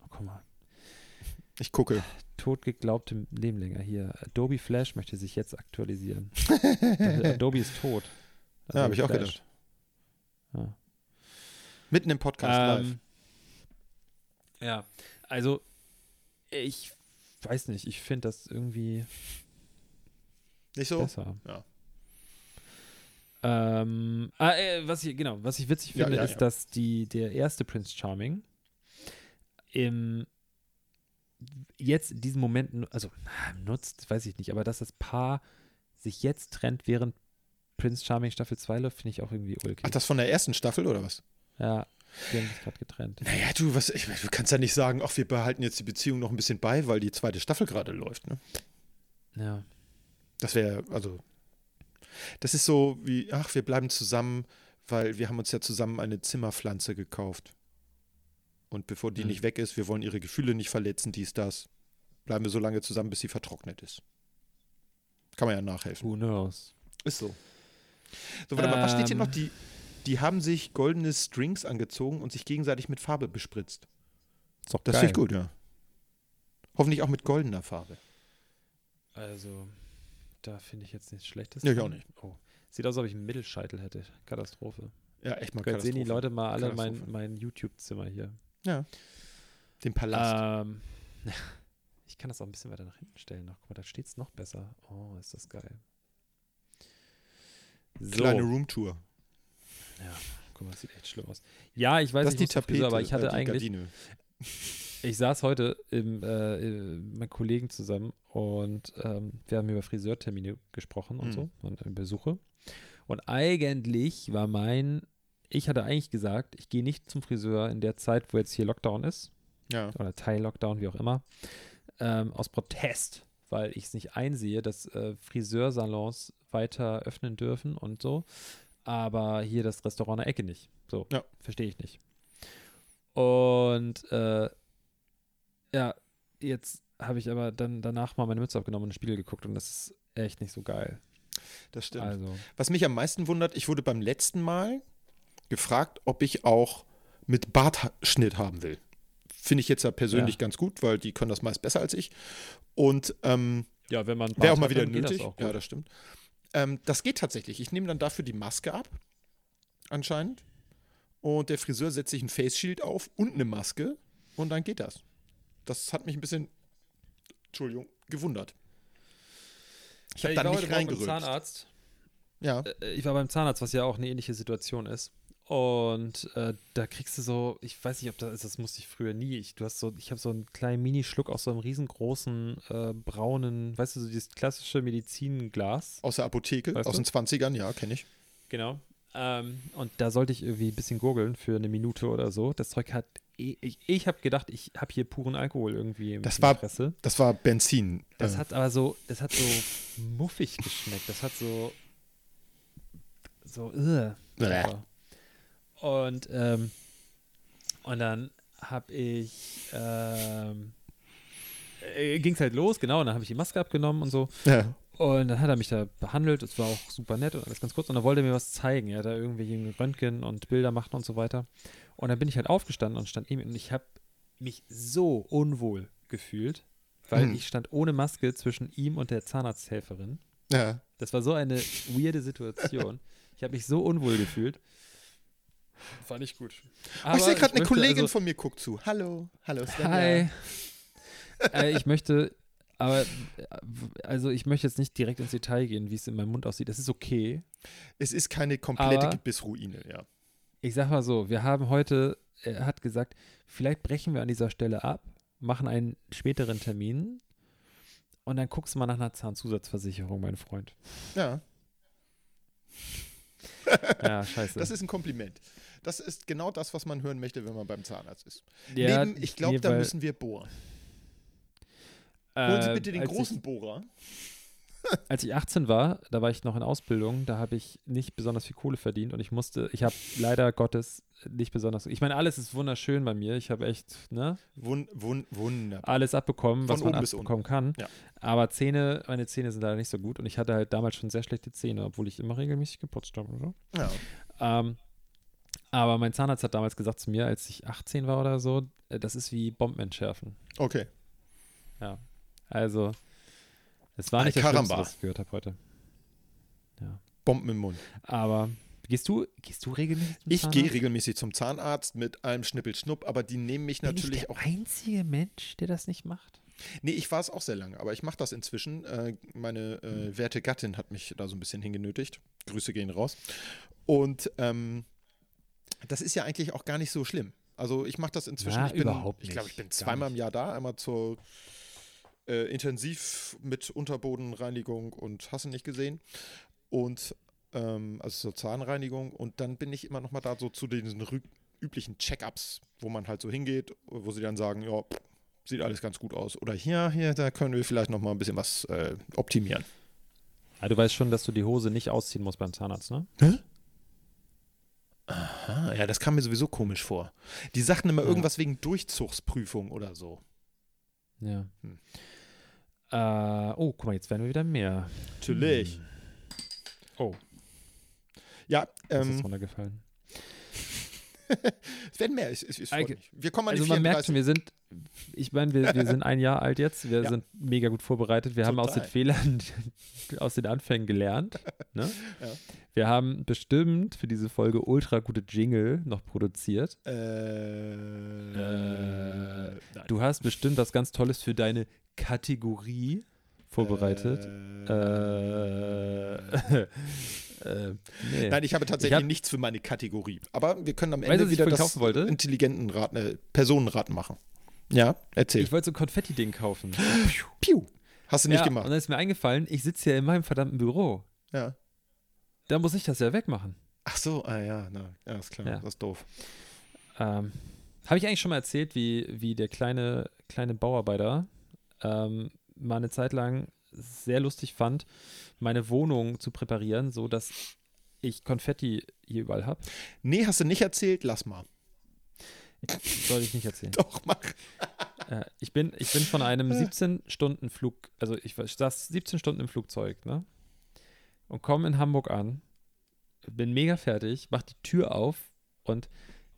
S2: oh, guck mal,
S3: Ich gucke.
S2: totgeglaubte Lehmlänger hier. Adobe Flash möchte sich jetzt aktualisieren. Also Adobe ist tot.
S3: Ja, hab ich auch
S2: Flash.
S3: Mitten im Podcast
S2: Ja.
S3: live.
S2: Ähm, ja, also ich weiß nicht, ich finde das irgendwie
S3: Nicht so?
S2: besser.
S3: Ja.
S2: Ähm, ah, äh, was ich, genau, was ich witzig
S3: Ja,
S2: finde,
S3: ja,
S2: ist,
S3: ja.
S2: dass die, der erste Prince Charming im jetzt in diesem Moment, nu- also ah, nutzt, weiß ich nicht, aber dass das Paar sich jetzt trennt, während Prince Charming Staffel 2 läuft, finde ich auch irgendwie
S3: Ach,
S2: ulkig.
S3: das von der ersten Staffel oder was?
S2: ja, die haben sich gerade getrennt.
S3: Naja, du, was, ich, du kannst ja nicht sagen, ach, wir behalten jetzt die Beziehung noch ein bisschen bei, weil die zweite Staffel gerade läuft. Ne?
S2: Ja.
S3: Das wäre, also, das ist so wie, ach, wir bleiben zusammen, weil wir haben uns ja zusammen eine Zimmerpflanze gekauft. Und bevor die
S2: Mhm.
S3: nicht weg ist, wir wollen ihre Gefühle nicht verletzen, dies, das. Bleiben wir so lange zusammen, bis sie vertrocknet ist. Kann man ja nachhelfen.
S2: Who knows?
S3: Ist so. So, warte mal, was steht hier
S2: Ähm.
S3: noch? Die, die haben sich goldene Strings angezogen und sich gegenseitig mit Farbe bespritzt.
S2: Ist doch
S3: Das finde ich gut, ja. Hoffentlich auch mit goldener Farbe.
S2: Also, da finde ich jetzt nichts Schlechtes.
S3: Ja, ich auch
S2: dran. Oh. Sieht aus, als ob ich einen Mittelscheitel hätte. Katastrophe.
S3: Ja, echt mal
S2: Gott, sehen die
S3: Katastrophe.
S2: Leute mal alle mein,
S3: Katastrophe.
S2: mein YouTube-Zimmer hier.
S3: Den Palast.
S2: Ähm, ich kann das auch ein bisschen weiter nach hinten stellen. Noch. Guck mal, da steht es noch besser. Oh, ist das geil. So,
S3: Kleine Roomtour.
S2: guck mal, das sieht echt schlimm aus. Ja, ich weiß
S3: Das ist
S2: ich muss
S3: die
S2: zum
S3: Tapete,
S2: Friseur, aber ich hatte
S3: äh, die
S2: eigentlich,
S3: Gardine.
S2: ich saß heute im, äh, äh, mit Kollegen zusammen und ähm, wir haben über Friseurtermine gesprochen und
S3: Mhm.
S2: so und äh, Besuche. Und eigentlich war mein, ich hatte eigentlich gesagt, ich gehe nicht zum Friseur in der Zeit, wo jetzt hier Lockdown ist.
S3: Ja.
S2: oder Teil-Lockdown, wie auch immer, ähm, aus Protest, weil ich es nicht einsehe, dass äh, Friseursalons weiter öffnen dürfen und so, aber hier das Restaurant an der Ecke nicht. So,
S3: Ja.
S2: verstehe ich nicht. Und äh, ja, jetzt habe ich aber dann danach mal meine Mütze abgenommen und in den Spiegel geguckt und das ist echt nicht so geil.
S3: Das stimmt.
S2: Also,
S3: Was mich am meisten wundert, ich wurde beim letzten Mal gefragt, ob ich auch mit Bartschnitt haben will. Finde ich jetzt ja persönlich
S2: Ja.
S3: ganz gut, weil die können das meist besser als ich. Und ähm,
S2: ja, wenn man
S3: wäre
S2: Bart
S3: auch mal
S2: hat,
S3: wieder
S2: dann geht
S3: nötig.
S2: Das auch gut.
S3: ja, das stimmt. Ähm, das geht tatsächlich. Ich nehme dann dafür die Maske ab, anscheinend. Und der Friseur setzt sich ein Face Shield auf und eine Maske. Und dann geht das. Das hat mich ein bisschen, Entschuldigung, gewundert. Ich habe da nicht reingerückt.
S2: Zahnarzt.
S3: Ja.
S2: äh, ich war beim Zahnarzt, was ja auch eine ähnliche Situation ist. Und äh, da kriegst du so, ich weiß nicht, ob das ist, das musste ich früher nie. Ich, du hast so, ich habe so einen kleinen Minischluck aus so einem riesengroßen äh, braunen, weißt du, so dieses klassische Medizinglas.
S3: Aus der Apotheke,
S2: Weißt
S3: aus
S2: du?
S3: den 20ern, ja, kenne ich.
S2: Genau. Ähm, und da sollte ich irgendwie ein bisschen gurgeln für eine Minute oder so. Das Zeug hat, eh- ich, ich habe gedacht, ich habe hier puren Alkohol irgendwie im
S3: Das
S2: im
S3: war-
S2: Presse.
S3: Das war Benzin.
S2: Das
S3: äh,
S2: hat aber so, das hat so muffig geschmeckt. Das hat so, so, äh.
S3: Bäh.
S2: Und, ähm, und dann habe ich, ähm, äh, ging's halt los, genau, und dann habe ich die Maske abgenommen und so.
S3: ja.
S2: Und dann hat er mich da behandelt, es war auch super nett und alles ganz kurz. Und dann wollte er mir was zeigen. Er hat da irgendwie ein Röntgen und Bilder machen und so weiter. Und dann bin ich halt aufgestanden und stand ihm und ich habe mich so unwohl gefühlt, weil
S3: Hm.
S2: ich stand ohne Maske zwischen ihm und der Zahnarzthelferin.
S3: Ja.
S2: Das war so eine weirde Situation. Ich habe mich so unwohl gefühlt. Fand ich gut.
S3: oh, ich sehe gerade eine
S2: möchte
S3: Kollegin
S2: also-
S3: von mir guckt zu. Hallo, hallo Svenja.
S2: Hi. äh, ich möchte, aber äh, also ich möchte jetzt nicht direkt ins Detail gehen, wie es in meinem Mund aussieht. Das ist okay.
S3: Es ist keine komplette
S2: Aber-
S3: Gebissruine, ja.
S2: Ich sag mal so, wir haben heute, äh, er hat gesagt, vielleicht brechen wir an dieser Stelle ab, machen einen späteren Termin und dann guckst du mal nach einer Zahnzusatzversicherung, mein Freund.
S3: Ja,
S2: Ja, scheiße.
S3: das ist ein Kompliment. Das ist genau das, was man hören möchte, wenn man beim Zahnarzt ist.
S2: ja,
S3: Neben, ich glaube,
S2: nee,
S3: da
S2: weil,
S3: müssen wir bohren. Holen Sie
S2: äh,
S3: bitte den
S2: als ich-
S3: großen Bohrer.
S2: als ich 18 war, da war ich noch in Ausbildung, da habe ich nicht besonders viel Kohle verdient und ich musste, ich habe leider Gottes nicht besonders, ich meine, alles ist wunderschön bei mir, ich habe echt, ne,
S3: Wun, wun, wunderbar.
S2: alles abbekommen, was
S3: Von
S2: man
S3: oben bis
S2: abbekommen kann,
S3: Ja.
S2: aber Zähne, meine Zähne sind leider nicht so gut und ich hatte halt damals schon sehr schlechte Zähne, obwohl ich immer regelmäßig geputzt habe, oder?
S3: Ja.
S2: Ähm, aber mein Zahnarzt hat damals gesagt zu mir, als ich 18 war oder so, äh, das ist wie Bomben entschärfen.
S3: Okay.
S2: Also, es war nicht das
S3: Alcaramba.
S2: Schlimmste, was ich gehört habe heute.
S3: Bomben im Mund.
S2: Aber gehst du, gehst du regelmäßig? zum
S3: Ich
S2: Zahnarzt?
S3: gehe regelmäßig zum Zahnarzt mit einem Schnippelschnupp, aber die nehmen mich natürlich auch.
S2: einzige Mensch, der das nicht macht?
S3: Nee, ich war es auch sehr lange, aber ich mache das inzwischen. Äh, meine
S2: Hm.
S3: äh, werte Gattin hat mich da so ein bisschen hingenötigt. Grüße gehen raus. Und ähm, das ist ja eigentlich auch gar nicht so schlimm. Also ich mache das inzwischen.
S2: Na,
S3: ich bin,
S2: überhaupt
S3: Ich glaube,
S2: nicht.
S3: ich
S2: Gar
S3: bin zweimal im Jahr da. Einmal zur äh, Intensiv mit Unterbodenreinigung und hast du nicht gesehen. Und ähm, also zur Zahnreinigung. Und dann bin ich immer noch mal da so zu diesen rü- üblichen Check-ups, wo man halt so hingeht, wo sie dann sagen, ja, pff, sieht alles ganz gut aus. Oder hier, hier, da können wir vielleicht noch mal ein bisschen was äh, optimieren.
S2: Ah, du weißt schon, dass du die Hose nicht ausziehen musst beim Zahnarzt, ne?
S3: Ah, ja, das kam mir sowieso komisch vor. Die sagten immer
S2: Ja.
S3: irgendwas wegen Durchzugsprüfung oder so.
S2: Ja.
S3: Hm.
S2: Äh, oh, guck mal, jetzt werden wir wieder mehr.
S3: Natürlich.
S2: Hm. Oh,
S3: Ja,
S2: das
S3: ähm,
S2: ist runtergefallen.
S3: es werden mehr. Es, es, es freut
S2: Eigentlich-
S3: mich. Wir kommen an die
S2: Also man merkt
S3: 34.
S2: schon, wir sind, ich meine, wir, wir sind ein Jahr alt jetzt, wir
S3: Ja.
S2: sind mega gut vorbereitet, wir haben aus den
S3: Total.
S2: Fehlern, aus den Anfängen gelernt. Ne?
S3: Ja.
S2: Wir haben bestimmt für diese Folge ultra gute Jingle noch produziert.
S3: Äh,
S2: Äh,
S3: nein.
S2: Du hast bestimmt was ganz Tolles für deine Kategorie vorbereitet. Äh, äh, nee.
S3: Nein, ich habe tatsächlich
S2: hab-
S3: nichts für meine Kategorie. Aber wir können am
S2: Weißt du,
S3: Ende
S2: was ich
S3: wieder
S2: vorhin
S3: das
S2: kaufen wollte?
S3: intelligenten Raten, äh, Personenraten machen. Ja, erzähl.
S2: ich wollte so ein Konfetti-Ding kaufen.
S3: Piu. Hast du nicht
S2: ja, Und
S3: gemacht.
S2: dann ist mir eingefallen, ich sitze ja in meinem verdammten Büro.
S3: Ja.
S2: Da muss ich das ja wegmachen.
S3: Ach so, ah ja, na, ja, ist klar,
S2: Ja.
S3: das ist doof.
S2: Ähm, Habe ich eigentlich schon mal erzählt, wie, wie der kleine, kleine Bauarbeiter ähm, mal eine Zeit lang sehr lustig fand, meine Wohnung zu präparieren, so dass ich Konfetti hier überall habe.
S3: Nee, hast du nicht erzählt, lass mal.
S2: Soll ich nicht erzählen.
S3: Doch, mach.
S2: Äh, ich, bin, ich bin von einem 17-Stunden-Flug, also ich war- ich saß 17 Stunden im Flugzeug, ne? Und komme in Hamburg an, bin mega fertig, mach die Tür auf und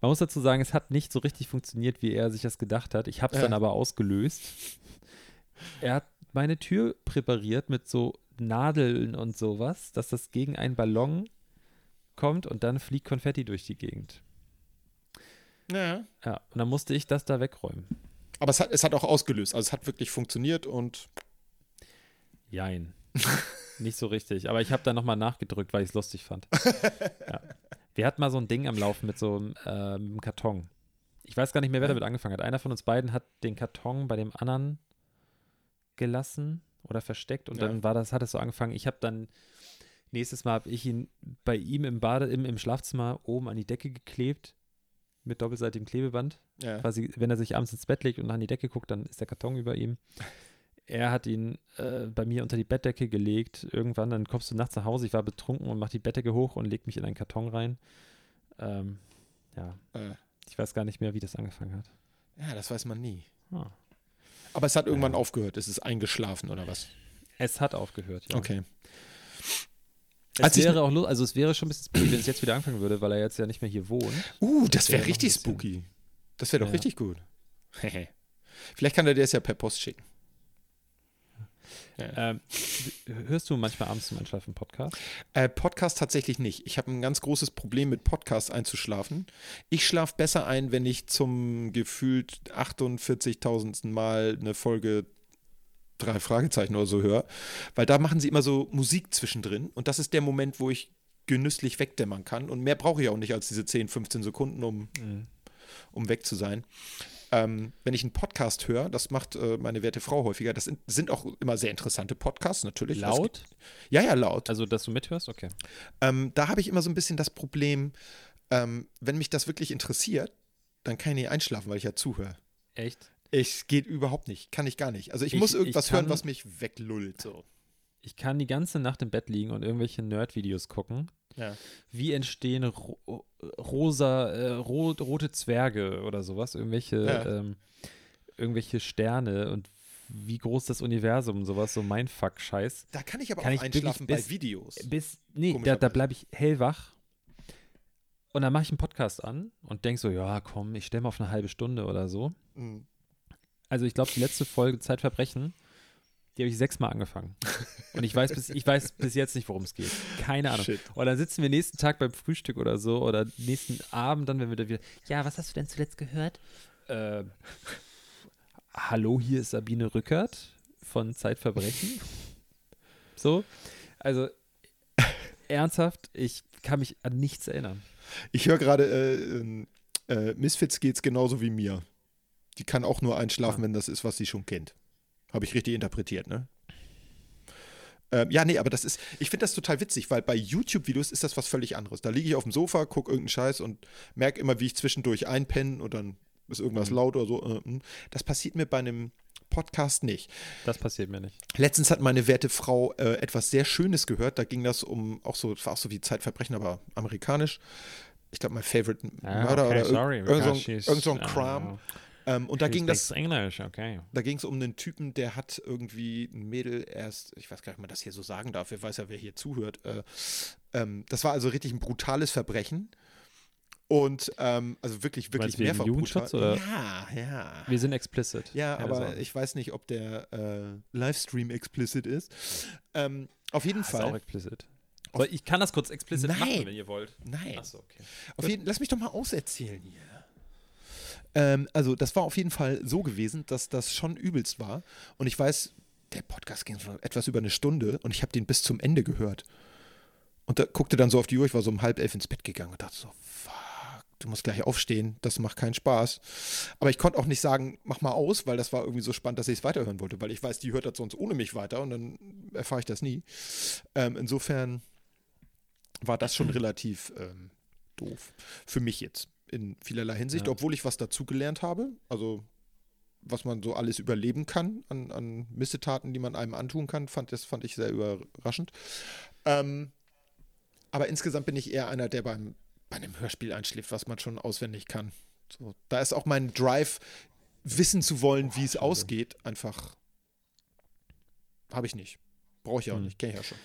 S2: man muss dazu sagen, es hat nicht so richtig funktioniert, wie er sich das gedacht hat. Ich habe es dann
S3: Ja.
S2: aber ausgelöst. Er hat meine Tür präpariert mit so Nadeln und sowas, dass das gegen einen Ballon kommt und dann fliegt Konfetti durch die Gegend.
S3: Ja.
S2: Ja, und dann musste ich das da wegräumen.
S3: Aber es hat, es hat auch ausgelöst. Also es hat wirklich funktioniert und
S2: Jein. Nicht so richtig. Aber ich habe da nochmal nachgedrückt, weil ich es lustig fand. ja. Wir hatten mal so ein Ding am Laufen mit so einem ähm, Karton. Ich weiß gar nicht mehr, wer damit angefangen hat. Einer von uns beiden hat den Karton bei dem anderen gelassen oder versteckt und
S3: Ja.
S2: dann war das, hat es so angefangen. Ich habe dann nächstes Mal habe ich ihn bei ihm im Bade, im, im Schlafzimmer oben an die Decke geklebt mit doppelseitigem Klebeband
S3: ja.
S2: quasi, wenn er sich abends ins Bett legt und an die Decke guckt, dann ist der Karton über ihm. Er hat ihn äh, bei mir unter die Bettdecke gelegt. Irgendwann, dann kommst du nachts nach Hause. Ich war betrunken und mach die Bettdecke hoch und leg mich in einen Karton rein. Ähm, ja,
S3: Äh,
S2: ich weiß gar nicht mehr, wie das angefangen hat.
S3: ja, das weiß man nie.
S2: Ah.
S3: Aber es hat irgendwann
S2: Ja.
S3: aufgehört. Es ist eingeschlafen oder was?
S2: Es hat aufgehört. Ja.
S3: Okay.
S2: Es
S3: Als ich-
S2: wäre auch lu- also es wäre schon ein bisschen spooky, wenn es jetzt wieder anfangen würde, weil er jetzt ja nicht mehr hier wohnt.
S3: Uh, das
S2: wär
S3: wäre
S2: noch
S3: richtig
S2: ein bisschen-
S3: spooky. Das wäre doch
S2: Ja.
S3: richtig gut. Vielleicht kann er dir das ja per Post schicken. Ja.
S2: Ähm, hörst du manchmal abends zum Einschlafen Podcast?
S3: Äh, Podcast tatsächlich nicht. Ich habe ein ganz großes Problem mit Podcasts einzuschlafen. Ich schlafe besser ein, wenn ich zum gefühlt 48.000. Mal eine Folge drei Fragezeichen oder so höre, weil da machen sie immer so Musik zwischendrin und das ist der Moment, wo ich genüsslich wegdämmern kann und mehr brauche ich auch nicht als diese 10, 15 Sekunden, um, um weg zu sein. Ähm, wenn ich einen Podcast höre, das macht äh, meine werte Frau häufiger, das sind- sind auch immer sehr interessante Podcasts natürlich. Das-
S2: Laut?
S3: Ja, ja, laut.
S2: Also, dass du mithörst? Okay.
S3: Ähm, da habe ich immer so ein bisschen das Problem, ähm, wenn mich das wirklich interessiert, dann kann ich nicht einschlafen, weil ich ja zuhöre.
S2: Echt?
S3: Es geht überhaupt nicht, kann ich gar nicht. Also ich,
S2: Ich-
S3: muss
S2: ich
S3: irgendwas
S2: kann-
S3: hören, was mich weglullt. So.
S2: Ich kann die ganze Nacht im Bett liegen und irgendwelche Nerd-Videos gucken.
S3: Ja.
S2: Wie entstehen ro rosa, äh, rot, rote Zwerge oder sowas? Irgendwelche,
S3: Ja.
S2: ähm, irgendwelche Sterne und wie groß das Universum und sowas, so mein Fuck-Scheiß.
S3: Da kann ich aber
S2: Kann
S3: auch
S2: ich wirklich
S3: einschlafen bei
S2: bis-
S3: Videos.
S2: Bis, nee, da,
S3: Komischerweise.
S2: da bleibe ich hellwach. Und dann mache ich einen Podcast an und denke so, ja, komm, ich stelle mal auf eine halbe Stunde oder so.
S3: Mhm.
S2: Also ich glaube, die letzte Folge Zeitverbrechen, die habe ich sechsmal angefangen. Und ich weiß bis, ich weiß bis jetzt nicht, worum es geht. Keine Ahnung.
S3: Shit.
S2: Und dann sitzen wir nächsten Tag beim Frühstück oder so oder nächsten Abend dann, wenn wir da wieder, ja, was hast du denn zuletzt gehört? Ähm, hallo, hier ist Sabine Rückert von Zeitverbrechen. so, also ernsthaft, ich kann mich an nichts erinnern.
S3: Ich höre gerade, äh, äh, äh, Misfits geht's genauso wie mir. Die kann auch nur einschlafen, wenn das ist, was sie schon kennt. Habe ich richtig interpretiert, ne? Ähm, ja, nee, aber das ist, ich finde das total witzig, weil bei YouTube-Videos ist das was völlig anderes. Da liege ich auf dem Sofa, gucke irgendeinen Scheiß und merke immer, wie ich zwischendurch einpenne und dann ist irgendwas laut oder so. äh, mh. Das passiert mir bei einem Podcast nicht.
S2: Das passiert mir nicht.
S3: Letztens hat meine werte Frau äh, etwas sehr Schönes gehört. Da ging das um auch so, war auch so wie Zeitverbrechen, aber amerikanisch. Ich glaube, mein Favorite
S2: Ah,
S3: Murder oder irg irgend so ein- irgend so ein Crime. Ähm, und da ging das,
S2: Englisch, okay.
S3: da ging es um einen Typen, der hat irgendwie ein Mädel erst, ich weiß gar nicht, ob man das hier so sagen darf, wer weiß ja, wer hier zuhört. Äh, ähm, das war also richtig ein brutales Verbrechen. Und ähm, also wirklich,
S2: Meinst du
S3: wirklich
S2: wegen
S3: mehrfach
S2: Jugendschutz,
S3: brutal.
S2: oder?
S3: Ja, ja.
S2: Wir sind explicit.
S3: Ja,
S2: Keine
S3: aber
S2: Sorge.
S3: ich weiß nicht, ob der äh, Livestream explicit ist. Ähm, auf jeden
S2: Ah, Ist auch
S3: Fall.
S2: explicit. Soll, ich kann das kurz explicit
S3: Nein.
S2: machen, wenn ihr wollt.
S3: Nein.
S2: Achso, okay.
S3: Auf jeden, lass mich doch mal auserzählen hier. Ähm, also, das war auf jeden Fall so gewesen, dass das schon übelst war. Und ich weiß, der Podcast ging schon etwas über eine Stunde und ich habe den bis zum Ende gehört. Und da guckte dann so auf die Uhr, ich war so um halb elf ins Bett gegangen und dachte so, fuck, du musst gleich aufstehen, das macht keinen Spaß. Aber ich konnte auch nicht sagen, mach mal aus, weil das war irgendwie so spannend, dass ich es weiterhören wollte, weil ich weiß, die hört das sonst ohne mich weiter und dann erfahre ich das nie. Ähm, insofern war das schon relativ ähm, doof. Für mich jetzt. In vielerlei Hinsicht,
S2: Ja.
S3: obwohl ich was dazugelernt habe. Also, was man so alles überleben kann an, an Missetaten, die man einem antun kann, fand, das fand ich sehr überraschend. Ähm, aber insgesamt bin ich eher einer, der beim, bei einem Hörspiel einschläft, was man schon auswendig kann. So, da ist auch mein Drive, wissen zu wollen, wie es ausgeht, einfach. Habe ich nicht. Brauche ich auch
S2: Hm.
S3: nicht, kenne ich ja schon.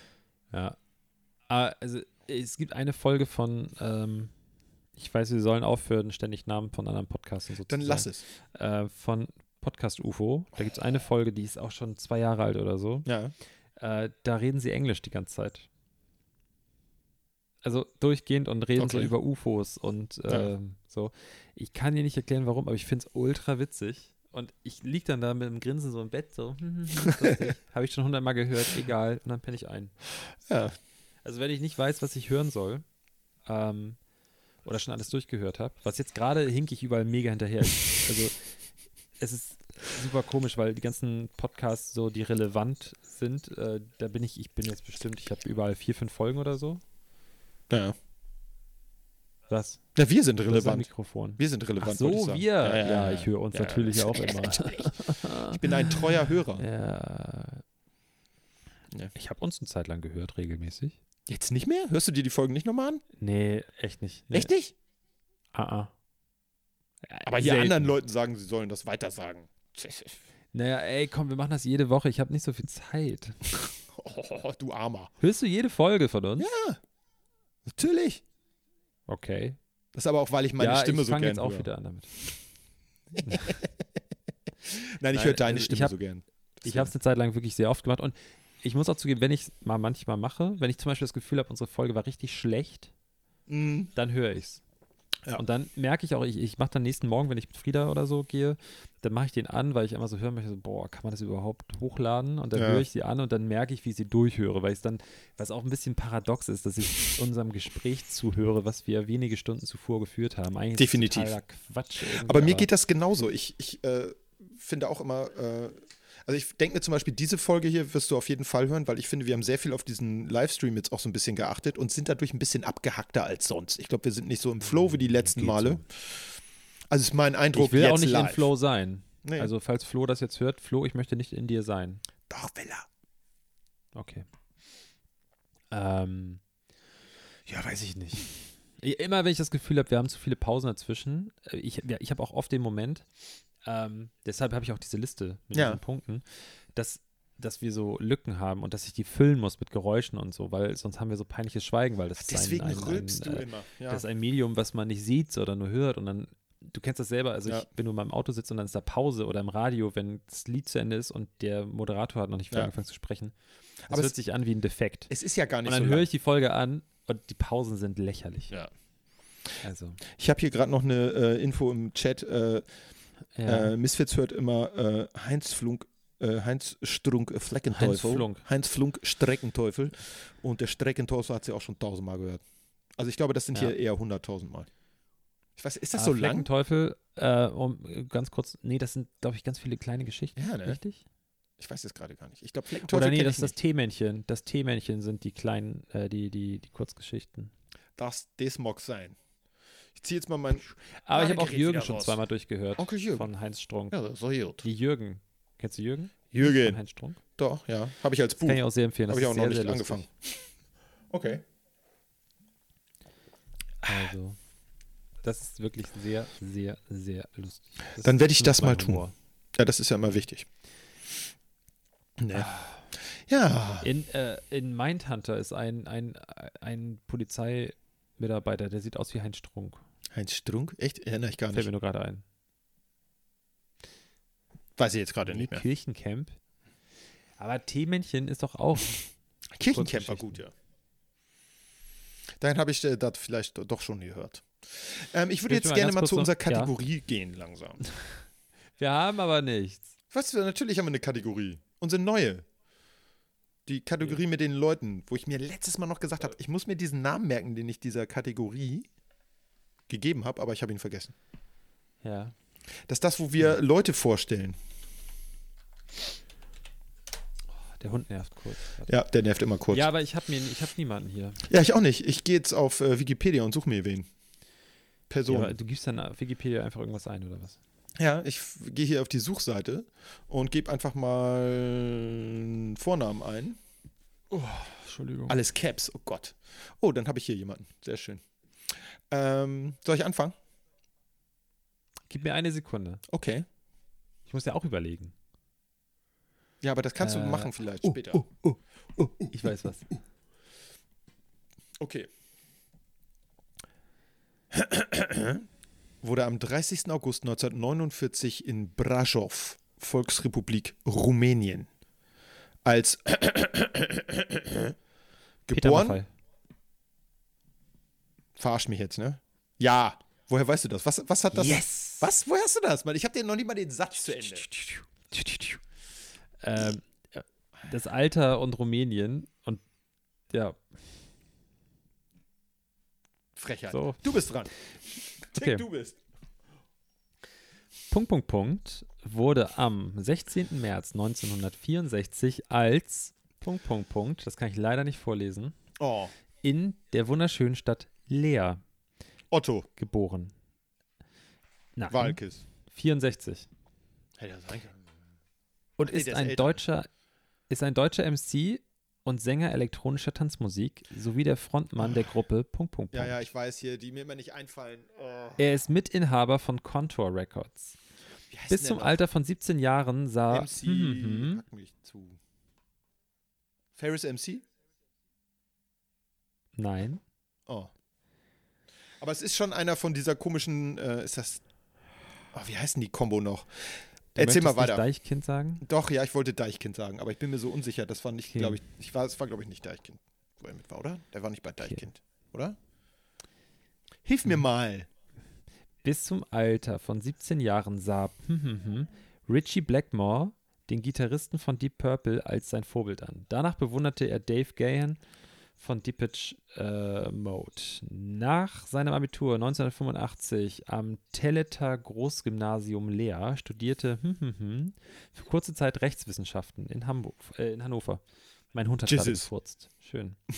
S2: Ja. Ah, also, es gibt eine Folge von, ähm, ich weiß, wir sollen aufhören, ständig Namen von anderen Podcasten so
S3: Dann
S2: zu
S3: lass
S2: sagen.
S3: es.
S2: Äh, von Podcast UFO. Da gibt es eine Folge, die ist auch schon zwei Jahre alt oder so.
S3: Ja.
S2: Äh, da reden sie Englisch die ganze Zeit. Also durchgehend und reden so
S3: Okay.
S2: über UFOs und
S3: Ja.
S2: ähm, so. Ich kann dir nicht erklären, warum, aber ich finde es ultra witzig. Und ich lieg dann da mit dem Grinsen so im Bett, so, habe ich schon hundertmal gehört, egal, und dann penne ich ein.
S3: ja.
S2: Also wenn ich nicht weiß, was ich hören soll, ähm, oder schon alles durchgehört habe, was jetzt gerade hink ich überall mega hinterher. also es ist super komisch, weil die ganzen Podcasts so, die relevant sind, äh, da bin ich, ich bin jetzt bestimmt, ich habe überall vier, fünf Folgen oder so.
S3: Ja.
S2: Was?
S3: Na, wir sind
S2: Das ist ein
S3: relevant.
S2: Mikrofon.
S3: Wir sind relevant.
S2: Ach
S3: wollte ich
S2: so,
S3: sagen.
S2: wir. Ja, ich höre uns
S3: Ja,
S2: natürlich
S3: ja.
S2: auch immer.
S3: Ich bin ein treuer Hörer.
S2: ja.
S3: Ja.
S2: Ich habe uns eine Zeit lang gehört, regelmäßig.
S3: Jetzt nicht mehr? Hörst du dir die Folgen nicht nochmal an?
S2: Nee, echt nicht. Nee.
S3: Echt nicht?
S2: Ah, ah.
S3: Aber hier anderen Leuten sagen, sie sollen das weiter sagen.
S2: Naja, ey, komm, wir machen das jede Woche. Ich habe nicht so viel Zeit.
S3: Oh, du Armer.
S2: Hörst du jede Folge von uns?
S3: Natürlich.
S2: Okay.
S3: Das ist aber auch, weil ich meine
S2: ja,
S3: Stimme
S2: ich
S3: so
S2: fange
S3: gern
S2: jetzt auch
S3: höre.
S2: wieder an damit.
S3: Nein, ich
S2: Nein,
S3: höre
S2: also
S3: deine
S2: ich
S3: Stimme
S2: hab-
S3: so gern.
S2: ich habe es eine Zeit lang wirklich sehr oft gemacht. Und ich muss auch zugeben, wenn ich es mal manchmal mache, wenn ich zum Beispiel das Gefühl habe, unsere Folge war richtig schlecht,
S3: Mhm.
S2: dann höre ich es.
S3: Ja.
S2: Und dann merke ich auch, ich, ich mache dann nächsten Morgen, wenn ich mit Frieda oder so gehe, dann mache ich den an, weil ich immer so hören möchte, so, boah, kann man das überhaupt hochladen? Und dann
S3: Ja.
S2: höre ich sie an und dann merke ich, wie ich sie durchhöre, weil es dann, was auch ein bisschen paradox ist, dass ich unserem Gespräch zuhöre, was wir wenige Stunden zuvor geführt haben. Eigentlich ist das
S3: Definitiv.
S2: totaler Quatsch. irgendwie,
S3: Aber mir geht das genauso. Ich, ich äh, finde auch immer, äh, also ich denke mir zum Beispiel, diese Folge hier wirst du auf jeden Fall hören, weil ich finde, wir haben sehr viel auf diesen Livestream jetzt auch so ein bisschen geachtet und sind dadurch ein bisschen abgehackter als sonst. Ich glaube, wir sind nicht so im Flow wie die letzten
S2: Mhm, Geht
S3: Male.
S2: so.
S3: Also ist mein Eindruck
S2: Ich will
S3: jetzt
S2: auch nicht
S3: live.
S2: in Flow sein.
S3: Nee.
S2: Also, falls Flo das jetzt hört, Flo, ich möchte nicht in dir sein.
S3: Doch, will er.
S2: Okay. Ähm, ja, weiß ich nicht. I- Immer wenn ich das Gefühl habe, wir haben zu viele Pausen dazwischen. äh, Ich, ja, ich habe auch oft den Moment, ähm, deshalb habe ich auch diese Liste mit
S3: Ja.
S2: diesen Punkten, dass, dass wir so Lücken haben und dass ich die füllen muss mit Geräuschen und so, weil sonst haben wir so peinliches Schweigen, weil das
S3: Deswegen
S2: ist ein, ein, ein,
S3: rülpst
S2: äh,
S3: du immer. Ja.
S2: das ist ein Medium, was man nicht sieht, sondern nur hört. Und dann, du kennst das selber, also
S3: Ja.
S2: ich, wenn du mal im Auto sitzt und dann ist da Pause oder im Radio, wenn das Lied zu Ende ist und der Moderator hat noch nicht wieder
S3: Ja.
S2: angefangen zu sprechen. Das
S3: Aber
S2: hört
S3: es-
S2: sich an wie ein Defekt.
S3: es ist ja gar
S2: Und
S3: nicht
S2: dann
S3: so
S2: höre
S3: lang.
S2: ich die Folge an und die Pausen sind lächerlich.
S3: Ja.
S2: Also,
S3: Ich habe hier gerade noch eine äh, Info im Chat. Äh,
S2: ja.
S3: äh, Misfits hört immer äh, Heinz Flunk. äh, Heinz Strunk äh, Fleckenteufel.
S2: Heinz Flunk.
S3: Heinz Flunk Streckenteufel. Und der Streckenteufel hat sie auch schon tausendmal gehört. Also ich glaube, das sind
S2: Ja.
S3: hier eher hunderttausendmal. Ich weiß, ist das
S2: Ah,
S3: so lang?
S2: Fleckenteufel, äh, um, äh, ganz kurz, nee, das sind, glaube ich, ganz viele kleine Geschichten.
S3: Ja, ne?
S2: Richtig?
S3: Ich weiß es gerade gar nicht. Ich glaube, Fleckenteufel
S2: Oder nee,
S3: kenn
S2: das
S3: ich
S2: ist das T-Männchen. Das T-Männchen sind die kleinen, äh, die, die, die Kurzgeschichten.
S3: nicht. Das, das mag sein. Ich ziehe jetzt mal meinen
S2: Aber
S3: Ah,
S2: ich
S3: da
S2: habe auch
S3: gerät wieder
S2: Jürgen schon
S3: raus.
S2: zweimal durchgehört.
S3: Onkel Jürgen.
S2: Von Heinz Strunk.
S3: Ja, das ist doch gut.
S2: Die Jürgen. Kennst du Jürgen? Von
S3: Jürgen.
S2: Heinz Strunk.
S3: Doch, ja. Habe ich als Buch.
S2: Kann ich auch sehr empfehlen. Das
S3: Habe ich
S2: ist
S3: auch noch
S2: sehr,
S3: nicht
S2: sehr lustig.
S3: angefangen. Okay.
S2: Also, das ist wirklich sehr, sehr, sehr lustig. Das
S3: Dann
S2: ist
S3: werde ich das
S2: absolut
S3: mal
S2: mein
S3: tun.
S2: Humor.
S3: Ja, das ist ja immer wichtig. Nee.
S2: Ah.
S3: Ja.
S2: In, äh, in Mindhunter ist ein, ein, ein Polizeimitarbeiter, der sieht aus wie Heinz Strunk.
S3: Heinz Strunk? Echt? Erinnere ich gar
S2: Fällt mir
S3: nicht.
S2: nur gerade ein.
S3: Weiß ich jetzt gerade
S2: Wie
S3: nicht mehr.
S2: Kirchencamp. Aber T-Männchen ist doch auch.
S3: Kirchencamp war
S2: Kurzgeschichten.
S3: gut, ja. Dann habe ich äh, das vielleicht doch schon gehört. Ähm, ich würde
S2: Willst du
S3: jetzt
S2: mal
S3: gerne
S2: ganz
S3: mal
S2: kurz
S3: zu
S2: noch-
S3: unserer
S2: Ja.
S3: Kategorie gehen langsam.
S2: Wir haben aber nichts.
S3: Was? wir- Natürlich haben wir eine Kategorie. Unsere neue. Die Kategorie
S2: Mhm.
S3: mit den Leuten, wo ich mir letztes Mal noch gesagt habe, ich muss mir diesen Namen merken, den ich dieser Kategorie gegeben habe, aber ich habe ihn vergessen.
S2: Ja.
S3: Das ist das, wo wir Leute vorstellen.
S2: Der Hund nervt kurz.
S3: Ja, der nervt immer kurz.
S2: Ja,
S3: Ja,
S2: aber ich habe hab niemanden hier.
S3: ich auch nicht. Ich gehe jetzt auf äh, Wikipedia und suche mir wen.
S2: Ja,
S3: Person.
S2: aber du gibst dann auf Wikipedia einfach irgendwas ein, oder was?
S3: Ja, ich f- gehe hier auf die Suchseite und gebe einfach mal einen Vornamen ein.
S2: Entschuldigung.
S3: Alles Caps, oh Gott. Oh, dann habe ich hier jemanden. Sehr schön. Ähm, soll ich anfangen?
S2: Gib mir eine Sekunde.
S3: Okay.
S2: Ich muss ja auch überlegen.
S3: Ja, aber das kannst
S2: Äh,
S3: du machen vielleicht später.
S2: Ich weiß was.
S3: Okay. Wurde am 30. August 1949 in Brasov, Volksrepublik Rumänien, als geboren.
S2: Maffay.
S3: Verarsch mich jetzt, ne? Ja. Woher weißt du das? Was, was hat das?
S2: Yes!
S3: Was? Woher hast du das, Mann? Ich habe dir noch nicht mal den Satz zu Ende.
S2: Ähm, ja, das Alter und Rumänien und ja,
S3: Frechheit.
S2: So.
S3: Du bist dran. Tick,
S2: Okay.
S3: du bist.
S2: Punkt, Punkt, Punkt wurde am 16. März 1964 als Punkt, Punkt, Punkt, das kann ich leider nicht vorlesen,
S3: Oh.
S2: in der wunderschönen Stadt Leer
S3: Otto
S2: geboren. Nein,
S3: Walkes.
S2: 64.
S3: Hätte er sein können.
S2: Und
S3: Ach nee,
S2: ist
S3: der ist
S2: ein
S3: älter.
S2: deutscher, ist ein deutscher MC und Sänger elektronischer Tanzmusik sowie der Frontmann der Gruppe. Punkt, Punkt, Punkt.
S3: Ja, ja, ich weiß hier, die mir immer nicht einfallen. Oh.
S2: Er ist Mitinhaber von Contour Records.
S3: Wie heißt
S2: Bis
S3: denn
S2: zum
S3: der
S2: Alter von 17 Jahren
S3: noch?
S2: sah
S3: MC.
S2: Mhm.
S3: Hack mich zu. Ferris MC?
S2: nein,
S3: Oh. Aber es ist schon einer von dieser komischen, äh, ist das, oh, wie heißen die Combo noch?
S2: Du
S3: Erzähl mal
S2: möchtest nicht
S3: weiter.
S2: Deichkind sagen?
S3: Doch, ja, ich wollte Deichkind sagen, aber ich bin mir so unsicher. Das war nicht,
S2: Okay.
S3: glaube ich, ich war, es war, glaube ich, nicht Deichkind, wo er mit war, oder? Der war nicht bei Deichkind, oder? Hilf
S2: Hm.
S3: mir mal.
S2: Bis zum Alter von 17 Jahren sah hm, hm, hm, Richie Blackmore den Gitarristen von Deep Purple als sein Vorbild an. Danach bewunderte er Dave Gahan von Deepage äh, Mode. Nach seinem Abitur 1985 am Telleter Großgymnasium Leer studierte hm, hm, hm, für kurze Zeit Rechtswissenschaften in Hamburg, äh, in Hannover. Mein Hund hat gerade
S3: Jesus.
S2: gefurzt. Schön.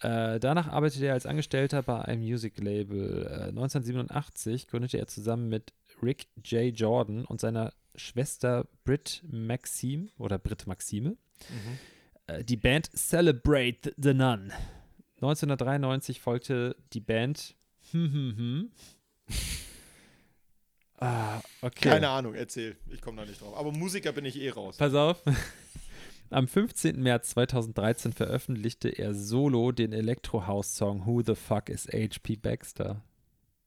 S2: Äh, danach arbeitete er als Angestellter bei einem Music-Label. Äh, 1987 gründete er zusammen mit Rick J. Jordan und seiner Schwester Brit Maxim oder Brit Maxime äh, die Band Celebrate the Nun. 1993 folgte die Band hm, hm, hm. Ah, okay.
S3: Keine Ahnung, erzähl. Ich komme da nicht drauf. Aber Musiker bin ich eh raus.
S2: Pass auf. Am 15. März 2013 veröffentlichte er solo den Elektro-House-Song Who the Fuck is H.P. Baxter.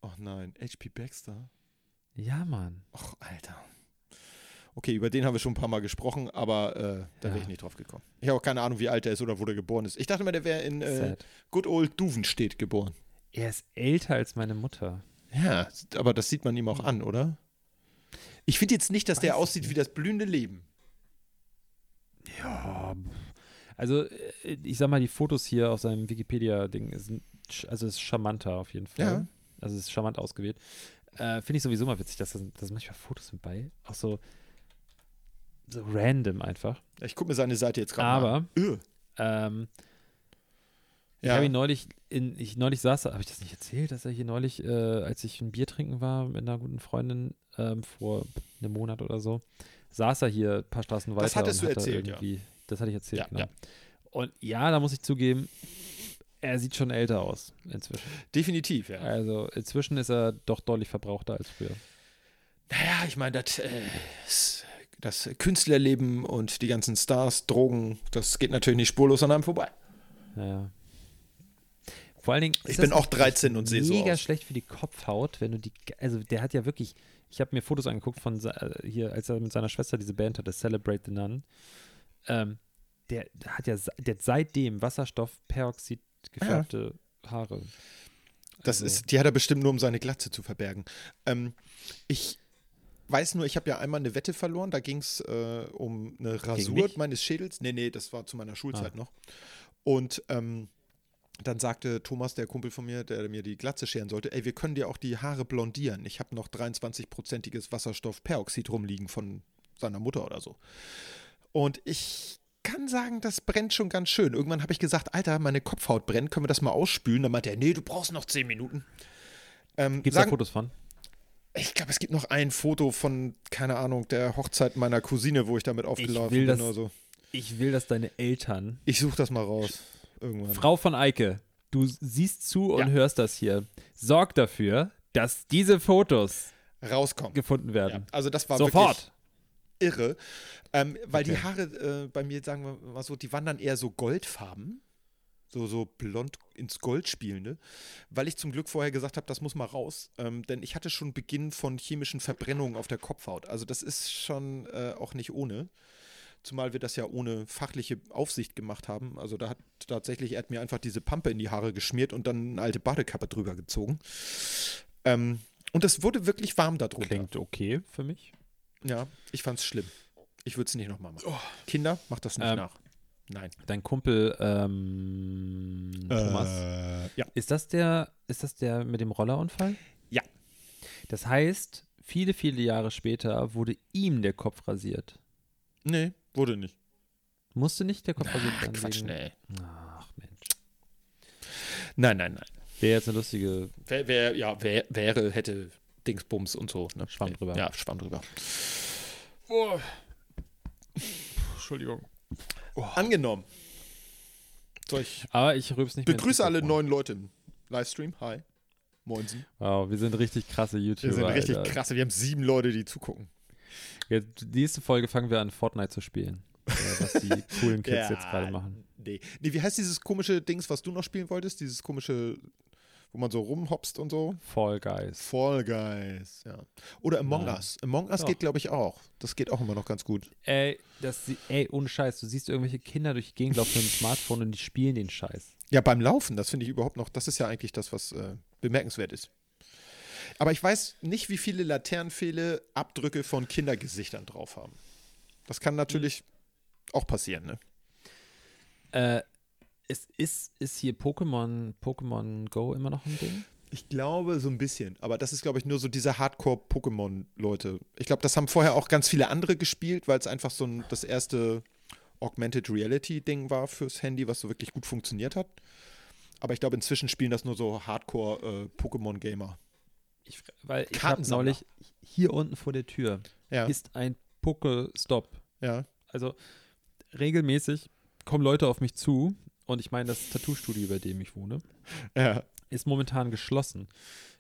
S3: Oh nein, HP Baxter.
S2: Ja, Mann.
S3: Och, Alter. Okay, über den haben wir schon ein paar Mal gesprochen, aber äh, da wäre
S2: Ja.
S3: ich nicht drauf gekommen. Ich habe auch keine Ahnung, wie alt er ist oder wo der geboren ist. Ich dachte immer, der wäre in äh,
S2: Sad.
S3: Good Old Duvenstedt geboren.
S2: Er ist älter als meine Mutter.
S3: Ja, aber das sieht man ihm auch an, oder? Hm. Ich finde jetzt nicht, dass der aussieht wie das blühende Leben.
S2: Ja. Also, äh, ich sag mal, die Fotos hier auf seinem Wikipedia-Ding sind, sch- also es ist charmanter auf jeden Fall.
S3: Ja.
S2: Also es ist charmant ausgewählt. Äh, Finde ich sowieso mal witzig, dass da dass manchmal Fotos mit bei, auch so, so random einfach.
S3: Ich gucke mir seine Seite jetzt gerade mal an.
S2: Aber
S3: Öh.
S2: ähm, Ich
S3: Ja.
S2: habe ihn neulich, in, ich neulich saß, habe ich das nicht erzählt, dass er hier neulich, äh, als ich ein Bier trinken war mit einer guten Freundin ähm, vor einem Monat oder so, saß er hier ein paar Straßen weiter.
S3: hattest
S2: und
S3: du
S2: hat da
S3: erzählt, ja.
S2: irgendwie- Das hatte ich erzählt,
S3: Ja,
S2: genau.
S3: ja.
S2: Und ja, da muss ich zugeben, er sieht schon älter aus inzwischen.
S3: Definitiv, ja.
S2: Also inzwischen ist er doch deutlich verbrauchter als früher.
S3: Naja, ich meine, das, äh, s- das Künstlerleben und die ganzen Stars, Drogen, das geht natürlich nicht spurlos an einem vorbei.
S2: Ja. Vor allen Dingen. ist
S3: Ich bin
S2: das
S3: auch 13 und sehe so
S2: Mega
S3: aus.
S2: schlecht für die Kopfhaut, wenn du die. Also, der hat ja wirklich. Ich habe mir Fotos angeguckt von se- äh, hier, als er mit seiner Schwester diese Band hatte, Celebrate the Nun. Ähm, der hat ja se- der hat seitdem Wasserstoffperoxid gefärbte Haare.
S3: Das
S2: Also-
S3: ist, die hat er bestimmt nur, um seine Glatze zu verbergen. Ähm, ich weiß nur, ich habe ja einmal eine Wette verloren, da ging es äh, um eine Rasur
S2: mich?
S3: meines Schädels. Nee, nee, das war zu meiner Schulzeit
S2: Ah.
S3: noch. Und ähm, dann sagte Thomas, der Kumpel von mir, der mir die Glatze scheren sollte, ey, wir können dir auch die Haare blondieren. Ich habe noch 23-prozentiges Wasserstoffperoxid rumliegen von seiner Mutter oder so. Und ich kann sagen, das brennt schon ganz schön. Irgendwann habe ich gesagt, Alter, meine Kopfhaut brennt, können wir das mal ausspülen? Dann meinte er, nee, du brauchst noch 10 Minuten. Ähm,
S2: Gibt es da
S3: sagen,
S2: Fotos von?
S3: ich glaube, es gibt noch ein Foto von, keine Ahnung, der Hochzeit meiner Cousine, wo ich damit aufgelaufen
S2: will
S3: bin
S2: das-
S3: oder so.
S2: Ich will, dass deine Eltern.
S3: Ich suche das mal raus. Irgendwann.
S2: Frau von Eike, du siehst zu und
S3: Ja.
S2: hörst das hier. Sorg dafür, dass diese Fotos
S3: Rauskommen.
S2: gefunden
S3: Ja,
S2: werden.
S3: also das war
S2: Sofort.
S3: wirklich irre. Ähm, weil die
S2: Okay.
S3: Haare äh, bei mir, sagen wir mal so, die wandern eher so goldfarben. So, so blond ins Gold spielende. Weil ich zum Glück vorher gesagt habe, das muss mal raus. Ähm, denn ich hatte schon Beginn von chemischen Verbrennungen auf der Kopfhaut. Also das ist schon äh, auch nicht ohne. Zumal wir das ja ohne fachliche Aufsicht gemacht haben. Also da hat tatsächlich, er hat mir einfach diese Pampe in die Haare geschmiert und dann eine alte Badekappe drüber gezogen. Ähm, und das wurde wirklich warm darunter.
S2: Klingt okay für mich.
S3: Ja, ich fand's schlimm. Ich würde es nicht nochmal machen. Kinder, macht das nicht
S2: Ähm,
S3: nach. Nein.
S2: Dein Kumpel ähm,
S3: Äh,
S2: Thomas.
S3: ja.
S2: Ist das der, ist das der mit dem Rollerunfall?
S3: Ja.
S2: Das heißt, viele, viele Jahre später wurde ihm der Kopf rasiert.
S3: Nee, wurde nicht.
S2: Musste nicht der Kopf rasiert werden?
S3: Quatsch,
S2: wegen-
S3: nee.
S2: Ach Mensch.
S3: Nein, nein, nein.
S2: Wäre jetzt eine lustige.
S3: Wer, wer, ja, wer, wäre, hätte Dingsbums und so. Ne?
S2: Schwamm drüber.
S3: Ja, Schwamm drüber.
S4: Entschuldigung.
S3: Oh. Angenommen. So, ich
S2: Aber ich rüb's nicht mehr. ins
S3: begrüße alle
S2: Mikrofon.
S3: neuen Leute im Livestream. Hi. Moinsen.
S2: Wow, wir sind richtig krasse YouTuber.
S3: Wir sind richtig
S2: Alter.
S3: krasse. Wir haben sieben Leute, die zugucken.
S2: Jetzt, nächste Folge fangen wir an, Fortnite zu spielen. Äh, Was die coolen Kids
S3: Ja.
S2: jetzt gerade machen.
S3: Nee. nee, wie heißt dieses komische Dings, was du noch spielen wolltest? Dieses komische, wo man so rumhopst und so.
S2: Fall Guys.
S3: Fall Guys, ja. Oder Among
S2: Nein.
S3: Us. Among Us
S2: Doch.
S3: geht, glaube ich, auch. Das geht auch immer noch ganz gut.
S2: Ey, das, sie- ey, ohne Scheiß, du siehst irgendwelche Kinder durch die Gegend laufen mit dem Smartphone und die spielen den Scheiß.
S3: Ja, beim Laufen, das finde ich überhaupt noch, das ist ja eigentlich das, was äh, bemerkenswert ist. Aber ich weiß nicht, wie viele Laternenpfähle Abdrücke von Kindergesichtern drauf haben. Das kann
S2: Hm.
S3: natürlich auch passieren, ne?
S2: Äh, es ist, ist hier Pokémon, Pokémon Go immer noch ein Ding?
S3: Ich glaube, so ein bisschen. Aber das ist, glaube ich, nur so diese Hardcore-Pokémon-Leute. Ich glaube, das haben vorher auch ganz viele andere gespielt, weil es einfach so ein, das erste Augmented Reality-Ding war fürs Handy, was so wirklich gut funktioniert hat. Aber ich glaube, inzwischen spielen das nur so äh, Hardcore-Pokémon-Gamer.
S2: Ich, fr- weil ich habe
S3: Kartensammler.
S2: neulich hier unten vor der Tür
S3: ja,
S2: ist ein Poke-Stop.
S3: ja.
S2: Also regelmäßig kommen Leute auf mich zu und ich meine, das Tattoo-Studio, bei dem ich wohne,
S3: Ja.
S2: ist momentan geschlossen.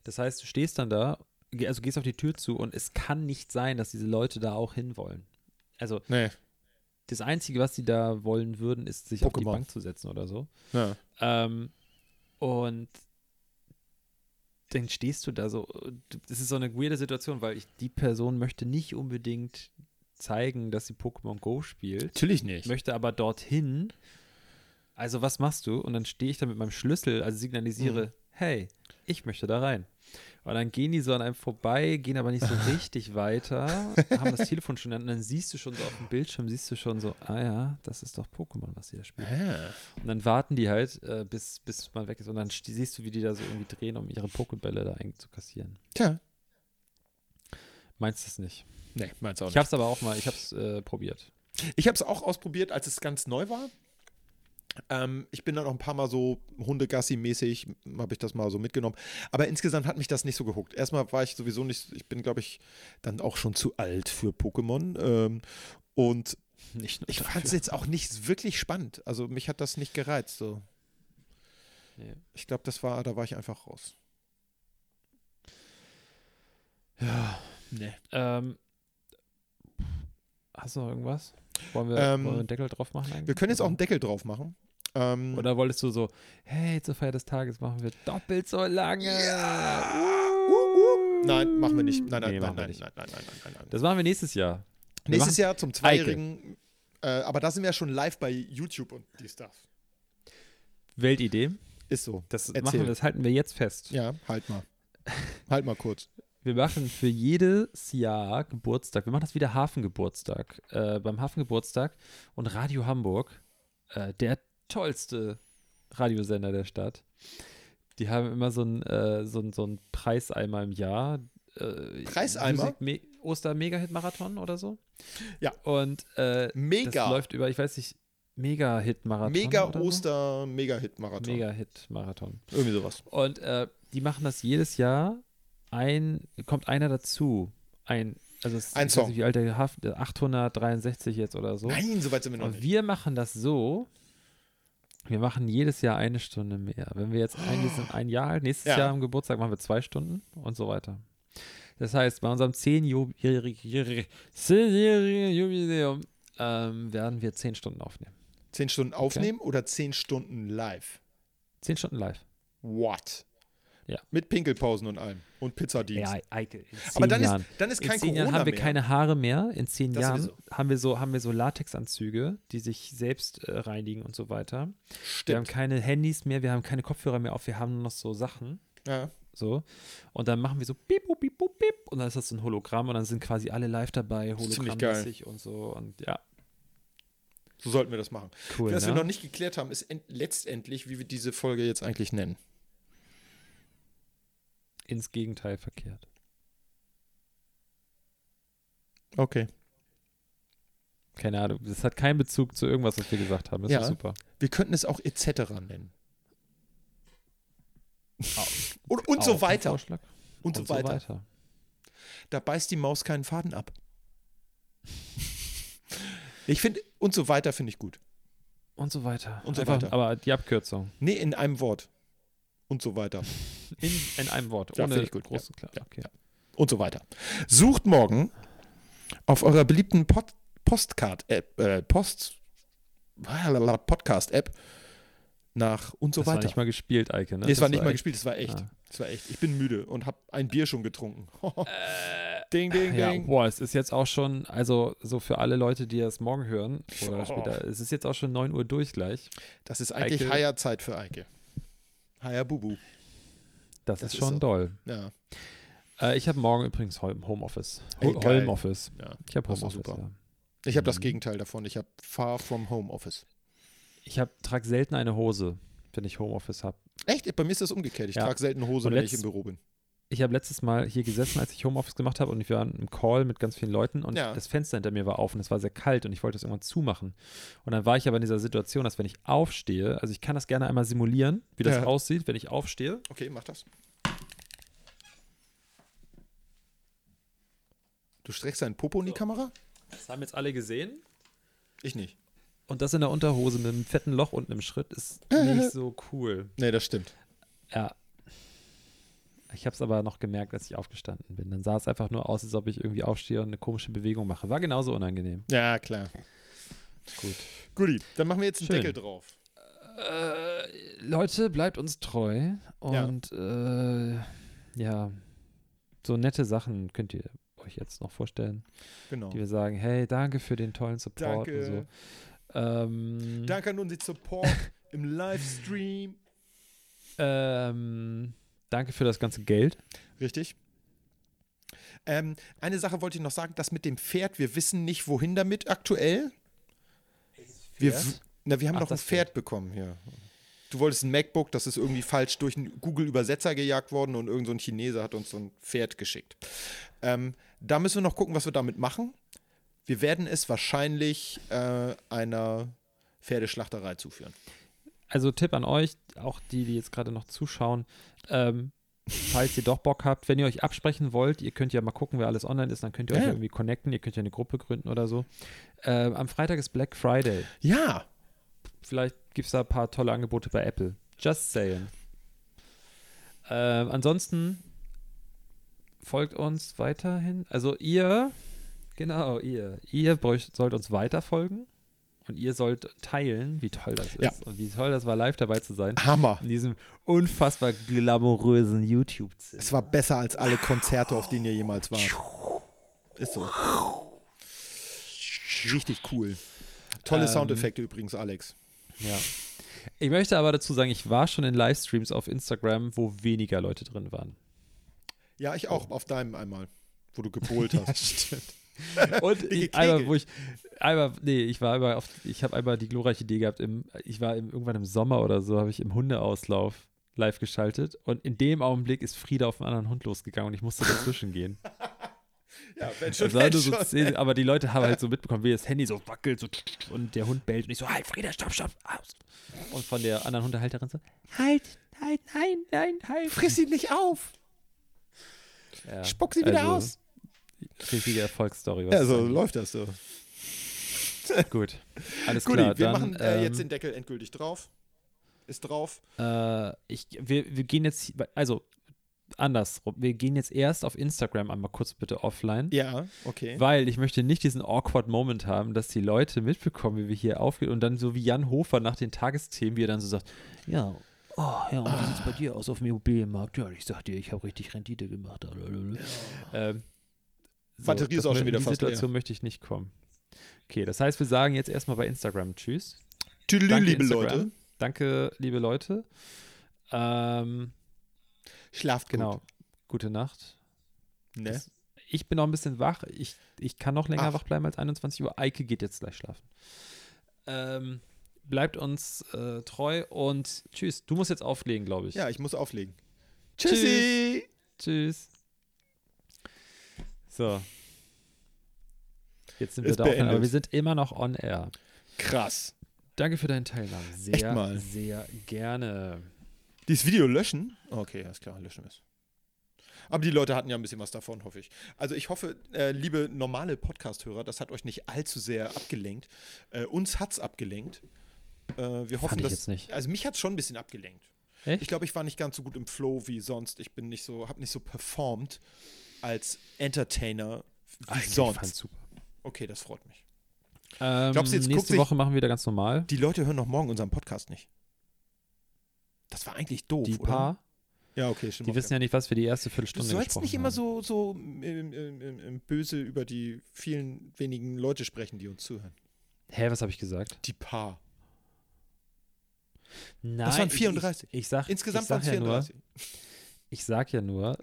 S2: Das heißt, du stehst dann da, ge- also gehst auf die Tür zu und es kann nicht sein, dass diese Leute da auch hinwollen. Also
S3: Nee.
S2: das Einzige, was sie da wollen würden, ist sich auf die
S3: Pokémon.
S2: Bank zu setzen oder so.
S3: Ja.
S2: Ähm, und dann stehst du da so. du- Das ist so eine weirde Situation, weil ich, die Person möchte nicht unbedingt zeigen, dass sie Pokémon Go spielt,
S3: Natürlich nicht.
S2: möchte aber dorthin. Also was machst du? Und dann stehe ich da mit meinem Schlüssel, also signalisiere, hey, ich möchte da rein. Und dann gehen die so an einem vorbei, gehen aber nicht so richtig weiter, haben das Telefon schon in der Hand und dann siehst du schon so auf dem Bildschirm, siehst du schon so, ah ja, das ist doch Pokémon, was sie da spielen.
S3: Ah.
S2: Und dann warten die halt, äh, bis, bis man weg ist. Und dann st- siehst du, wie die da so irgendwie drehen, um ihre Pokébälle da einzukassieren.
S3: Tja.
S2: Meinst du es nicht?
S3: Nee, meins auch
S2: Ich hab's aber auch mal, ich hab's äh, probiert.
S3: Ich habe es auch ausprobiert, als es ganz neu war. Ähm, ich bin dann noch ein paar Mal so Hundegassi-mäßig, habe ich das mal so mitgenommen. Aber insgesamt hat mich das nicht so gehuckt. Erstmal war ich sowieso nicht, ich bin, glaube ich, dann auch schon zu alt für Pokémon. Ähm, und
S2: Nicht nur
S3: ich
S2: dafür.
S3: fand es jetzt auch nicht wirklich spannend. Also mich hat das nicht gereizt. So.
S2: Nee.
S3: Ich glaube, das war, da war ich einfach raus.
S2: Ja.
S3: Nee.
S2: Ähm, hast du noch irgendwas? Wollen wir,
S3: Ähm,
S2: wollen wir einen Deckel drauf machen eigentlich?
S3: Wir können jetzt auch einen
S2: Oder-
S3: Deckel drauf machen. Ähm,
S2: Oder wolltest du so, hey, zur Feier des Tages machen wir doppelt so lange?
S3: Nein, machen wir nicht. Nein, nein,
S2: Nee,
S3: nein,
S2: machen wir
S3: nein,
S2: nicht.
S3: nein, nein, nein, nein, nein, nein.
S2: Das machen wir nächstes Jahr. Wir
S3: Nächstes
S2: machen-
S3: Jahr zum Zweijährigen. Äh, aber da sind wir ja schon live bei YouTube und die Stuff.
S2: Weltidee.
S3: Ist so.
S2: Das machen
S3: Erzähl.
S2: wir, das halten wir jetzt fest.
S3: Ja, halt mal. halt mal kurz.
S2: Wir machen für jedes Jahr Geburtstag. Wir machen das wieder Hafengeburtstag. Äh, beim Hafengeburtstag und Radio Hamburg, äh, der tollste Radiosender der Stadt. Die haben immer so einen äh, so einen- so einen Preiseimer im Jahr. Äh,
S3: Preiseimer?
S2: Musik- Me Oster-Mega-Hit-Marathon oder so.
S3: Ja.
S2: Und äh, das
S3: Mega.
S2: läuft über, ich weiß nicht, Mega-Hit-Marathon.
S3: Mega
S2: oder so?
S3: Oster, Mega Hit Marathon.
S2: Mega-Hit-Marathon.
S3: Irgendwie sowas.
S2: Und äh, die machen das jedes Jahr. Ein, kommt einer dazu. Ein, also es,
S3: Ein
S2: ich
S3: Song.
S2: Weiß nicht, wie alt der Haft, 863 jetzt oder so.
S3: Nein, so weit sind wir noch
S2: Und
S3: nicht.
S2: wir machen das so. Wir machen jedes Jahr eine Stunde mehr. Wenn wir jetzt ein, wir sind ein Jahr alt, nächstes
S3: Oh. Ja.
S2: Jahr am Geburtstag machen wir zwei Stunden und so weiter. Das heißt, bei unserem zehnjährigen zehnjährigen Jubiläum ähm, werden wir zehn Stunden aufnehmen.
S3: Zehn Stunden aufnehmen oder zehn Stunden live?
S2: Zehn Stunden live.
S3: What?
S2: Ja.
S3: Mit Pinkelpausen und allem. Und Pizzadienst.
S2: Eikel. in
S3: aber
S2: zehn
S3: dann ist,
S2: Jahren.
S3: dann ist
S2: in
S3: kein
S2: zehn
S3: Corona
S2: Jahren haben wir
S3: mehr.
S2: keine Haare mehr. In zehn
S3: Das
S2: Jahren
S3: sowieso.
S2: haben wir so haben wir so Latexanzüge, die sich selbst äh, reinigen und so weiter. Wir haben
S3: Stimmt.
S2: keine Handys mehr, wir haben keine Kopfhörer mehr auf, wir haben nur noch so Sachen.
S3: Ja.
S2: So. Und dann machen wir so piep, piep, piep, piep. Und dann ist das so ein Hologramm und dann sind quasi alle live dabei,
S3: ist ziemlich
S2: hologrammmäßig und so. Und ja,
S3: So sollten wir das machen.
S2: cool.
S3: Was wir noch
S2: Ne?
S3: nicht geklärt haben, ist en- letztendlich, wie wir diese Folge jetzt eigentlich nennen.
S2: Ins Gegenteil verkehrt.
S3: Okay.
S2: Keine Ahnung. Das hat keinen Bezug zu irgendwas, was wir gesagt haben. Das
S3: Ja.
S2: ist super.
S3: Wir könnten es auch etc. nennen. Und, und so
S2: Auch ein
S3: weiter.
S2: Vorschlag.
S3: Und, so weiter. Da beißt die Maus keinen Faden ab. Ich finde, und so weiter finde ich gut.
S2: Und so weiter.
S3: Und so
S2: Einfach-
S3: weiter.
S2: Aber die Abkürzung.
S3: Nee, in einem Wort. Und so weiter.
S2: In, in einem Wort,
S3: Ja,
S2: ohne
S3: finde ich gut,
S2: großen Klar.
S3: ja,
S2: okay.
S3: Und so weiter. Sucht morgen auf eurer beliebten Pod Postcard-App, äh, Post, Podcast-App nach und so
S2: das war
S3: weiter.
S2: nicht mal gespielt, Eike, ne?
S3: nee, es war nicht mal
S2: echt-
S3: gespielt, es war echt.
S2: Ah.
S3: Es war echt. Ich bin müde und habe ein Bier schon getrunken. ding, ding,
S2: Äh, Ja,
S3: ding.
S2: boah, es ist jetzt auch schon, also so für alle Leute, die das morgen hören oder
S3: Oh.
S2: später, es ist jetzt auch schon 9 Uhr durch gleich.
S3: Das ist eigentlich
S2: Eike-
S3: higher Zeit für Eike. Higher Bubu.
S2: Das,
S3: Das
S2: ist
S3: ist
S2: schon
S3: so.
S2: doll.
S3: Ja.
S2: Äh, ich habe morgen übrigens Hol- Homeoffice.
S3: Ey,
S2: Ho-
S3: geil.
S2: Homeoffice.
S3: ja.
S2: Ich habe
S3: Das ist
S2: Homeoffice.
S3: super.
S2: Ja.
S3: Ich habe das
S2: Mhm.
S3: Gegenteil davon. Ich habe Far from Home Office.
S2: Ich hab, trage selten eine Hose, wenn ich Homeoffice habe.
S3: Echt? Bei mir ist das umgekehrt. Ich
S2: Ja.
S3: trage selten Hose,
S2: Und
S3: wenn ich
S2: letzt-
S3: im Büro bin.
S2: Ich habe letztes Mal hier gesessen, als ich Homeoffice gemacht habe und wir waren im Call mit ganz vielen Leuten und
S3: Ja.
S2: das Fenster hinter mir war auf und es war sehr kalt und ich wollte es irgendwann zumachen. Und dann war ich aber in dieser Situation, dass wenn ich aufstehe, also ich kann das gerne einmal simulieren, wie das
S3: Ja.
S2: aussieht, wenn ich aufstehe.
S3: Okay, mach das. Du streckst deinen Popo in die Kamera?
S2: Das haben jetzt alle gesehen.
S3: Ich nicht.
S2: Und das in der Unterhose mit einem fetten Loch unten im Schritt ist nicht so cool.
S3: Nee, das stimmt.
S2: Ja. Ich habe es aber noch gemerkt, als ich aufgestanden bin. Dann sah es einfach nur aus, als ob ich irgendwie aufstehe und eine komische Bewegung mache. War genauso unangenehm.
S3: Ja, klar.
S2: Gut.
S3: Guti, dann machen wir jetzt einen
S2: Schön.
S3: Deckel drauf.
S2: Äh, Leute, bleibt uns treu. Und ja. Äh, ja, so nette Sachen könnt ihr euch jetzt noch vorstellen,
S3: Genau.
S2: die wir sagen, hey, danke für den tollen Support
S3: Danke.
S2: und so. Ähm,
S3: Danke an unseren Support im Livestream.
S2: ähm, danke für das ganze Geld.
S3: Richtig. Ähm, eine Sache wollte ich noch sagen, das mit dem Pferd, wir wissen nicht, wohin damit aktuell. Wir, w- na, wir haben
S2: Ach,
S3: doch ein
S2: das
S3: Pferd bekommen hier. Du wolltest ein MacBook, das ist irgendwie falsch durch einen Google-Übersetzer gejagt worden und irgend so ein Chinese hat uns so ein Pferd geschickt. Ähm, da müssen wir noch gucken, was wir damit machen. Wir werden es wahrscheinlich äh, einer Pferdeschlachterei zuführen.
S2: also Tipp an euch, auch die, die jetzt gerade noch zuschauen, ähm, falls ihr doch Bock habt, wenn ihr euch absprechen wollt, ihr könnt ja mal gucken, wer alles online ist, dann könnt ihr euch
S3: Ja.
S2: irgendwie connecten, ihr könnt ja eine Gruppe gründen oder so. Ähm, am Freitag ist Black Friday.
S3: Ja,
S2: Vielleicht gibt es da ein paar tolle Angebote bei Apple. Just saying. Ähm, ansonsten folgt uns weiterhin. Also ihr, genau, ihr, ihr bräucht, sollt uns weiter folgen und ihr sollt teilen, wie toll das ist
S3: Ja.
S2: und wie toll das war, live dabei zu sein
S3: Hammer.
S2: in diesem unfassbar glamourösen youtube -Zimmer.
S3: Es war besser als alle Konzerte, auf denen ihr jemals wart. Ist so. Richtig cool. Tolle
S2: Ähm.
S3: Soundeffekte übrigens, Alex.
S2: Ja. Ich möchte aber dazu sagen, ich war schon in Livestreams auf Instagram, wo weniger Leute drin waren.
S3: Ja, ich auch auf deinem einmal, wo du gebohlt hast.
S2: Und
S3: Die
S2: ich, einmal,
S3: Kegel.
S2: wo ich, einmal, nee, ich war einmal auf, ich habe einmal die glorreiche Idee gehabt, im, ich war im, irgendwann im Sommer oder so, habe ich im Hundeauslauf live geschaltet und in dem Augenblick ist Frieda auf einen anderen Hund losgegangen und ich musste dazwischen gehen.
S3: ja, wenn
S2: Das war nur so Szene, aber die Leute haben halt so mitbekommen, wie das Handy so wackelt so tsch, tsch, und der Hund bellt und ich so, halt, Frieda, stopp, stopp, aus. Und von der anderen Hundehalterin so, halt, halt, nein, nein, halt.
S3: Friss ihn nicht auf.
S2: Ja,
S3: Spuck sie wieder
S2: also,
S3: aus.
S2: Richtige Erfolgsstory. was
S3: Ja, so
S2: das angeht.
S3: läuft das so.
S2: Gut, alles
S3: Gut,
S2: klar.
S3: wir
S2: dann,
S3: machen äh,
S2: ähm,
S3: jetzt den Deckel endgültig drauf. Ist drauf.
S2: Äh, ich, wir, wir gehen jetzt, also andersrum, wir gehen jetzt erst auf Instagram einmal kurz bitte offline.
S3: Ja, okay.
S2: Weil ich möchte nicht diesen awkward Moment haben, dass die Leute mitbekommen, wie wir hier aufgehen und dann so wie Jan Hofer nach den Tagesthemen, wie er dann so sagt,
S5: Ja. Oh, ja, und wie sieht's bei dir aus auf dem Immobilienmarkt? Ja, ich sag dir, ich habe richtig Rendite gemacht.
S2: ähm,
S3: Batterie ist auch
S2: das-
S3: schon wieder
S2: in die
S3: fast
S2: Situation möchte ich nicht kommen. Okay, das heißt, wir sagen jetzt erstmal bei Instagram Tschüss.
S3: Tüdelü,
S2: Danke,
S3: liebe
S2: Instagram.
S3: Leute.
S2: Danke, liebe Leute. Ähm,
S3: Schlaft gut.
S2: genau. Gute Nacht.
S3: Ne?
S2: Das- Ich bin noch ein bisschen wach. Ich, ich kann noch länger
S3: Ach.
S2: wach bleiben als 21 Uhr. Eike geht jetzt gleich schlafen. Ähm, bleibt uns äh, treu und tschüss. Du musst jetzt auflegen, glaube ich.
S3: Ja, ich muss auflegen.
S2: Tschüss.
S3: Tschüssi.
S2: Tschüss. So. Jetzt sind wir
S3: Ist
S2: da, offline, aber
S3: beendet.
S2: wir sind immer noch on air.
S3: Krass.
S2: Danke für deinen Teilnahme. Sehr,
S3: Echt mal.
S2: sehr gerne.
S3: Dieses Video löschen? Oh, Okay, alles klar, löschen wir es. Aber die Leute hatten ja ein bisschen was davon, hoffe ich. Also ich hoffe, äh, liebe normale Podcast-Hörer, das hat euch nicht allzu sehr abgelenkt. Äh, uns hat's abgelenkt. Äh, wir hoffen,
S2: ich
S3: dass.
S2: jetzt nicht.
S3: Also mich hat's schon ein bisschen abgelenkt.
S2: Echt?
S3: Ich glaube, ich war nicht ganz so gut im Flow wie sonst. Ich bin nicht so, habe nicht so performt als Entertainer wie
S2: Ah, fand's
S3: sonst.
S2: super.
S3: Okay, das freut mich.
S2: Ähm,
S3: Glaubst du, jetzt guckt
S2: nächste
S3: sich-
S2: Woche machen wir wieder ganz normal.
S3: Die Leute hören noch morgen unseren Podcast nicht. Das war eigentlich doof,
S2: die
S3: oder?
S2: paar,
S3: Ja, okay, stimmt.
S2: die wissen ja nicht, was wir die erste
S3: Du
S2: Viertelstunde
S3: sollst
S2: gesprochen
S3: nicht immer
S2: haben.
S3: so, so ähm, ähm, ähm, ähm, böse über die vielen wenigen Leute sprechen, die uns zuhören.
S2: Hä, was habe ich gesagt?
S3: Die Paar.
S2: Nein,
S3: waren
S2: ich-
S3: 34.
S2: Ich, ich sag, ich
S3: Insgesamt waren
S2: sag ja
S3: es
S2: nur,
S3: 34.
S2: ich sag ja nur,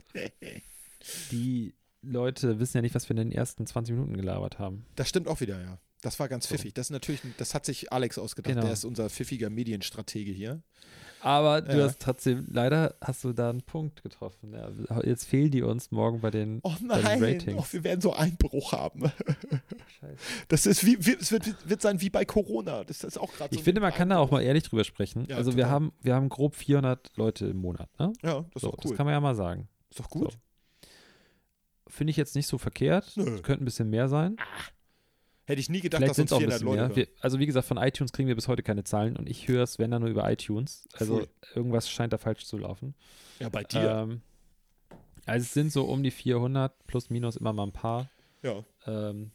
S2: die Leute wissen ja nicht, was wir in den ersten 20 Minuten gelabert haben.
S3: Das stimmt auch wieder, ja. Das war ganz
S2: So.
S3: pfiffig. Das ist natürlich, ein- das hat sich Alex ausgedacht.
S2: Genau.
S3: Der ist unser pfiffiger Medienstratege hier.
S2: Aber du
S3: Ja.
S2: hast trotzdem, leider hast du da einen Punkt getroffen. Ja, jetzt fehlen die uns morgen bei den
S3: Oh
S2: Bei den
S3: nein,
S2: Ratings.
S3: oh, wir werden so Einbruch haben.
S2: Scheiße.
S3: Das ist wie, wie es wird, wird sein wie bei Corona. Das ist auch gerade so
S2: Ich
S3: ein
S2: finde, man kann da auch mal ehrlich drüber sprechen.
S3: Ja,
S2: also wir
S3: total.
S2: haben, wir haben grob 400 Leute im Monat. Ne?
S3: Ja, das ist
S2: so,
S3: auch
S2: Das
S3: cool.
S2: kann man ja mal sagen.
S3: ist doch gut.
S2: So. Finde ich jetzt nicht so verkehrt.
S3: Nö.
S2: Könnte ein bisschen mehr sein.
S3: Hätte ich nie gedacht,
S2: Vielleicht
S3: dass
S2: sind es
S3: uns
S2: auch ein
S3: 400
S2: bisschen
S3: Leute
S2: mehr.
S3: hören.
S2: Wir, also wie gesagt, von iTunes kriegen wir bis heute keine Zahlen und ich höre es, wenn dann nur über iTunes. Also
S3: Pfui.
S2: irgendwas scheint da falsch zu laufen.
S3: Ja, bei dir.
S2: Ähm, also es sind so um die 400 plus minus immer mal ein paar.
S3: ja.
S2: Ähm,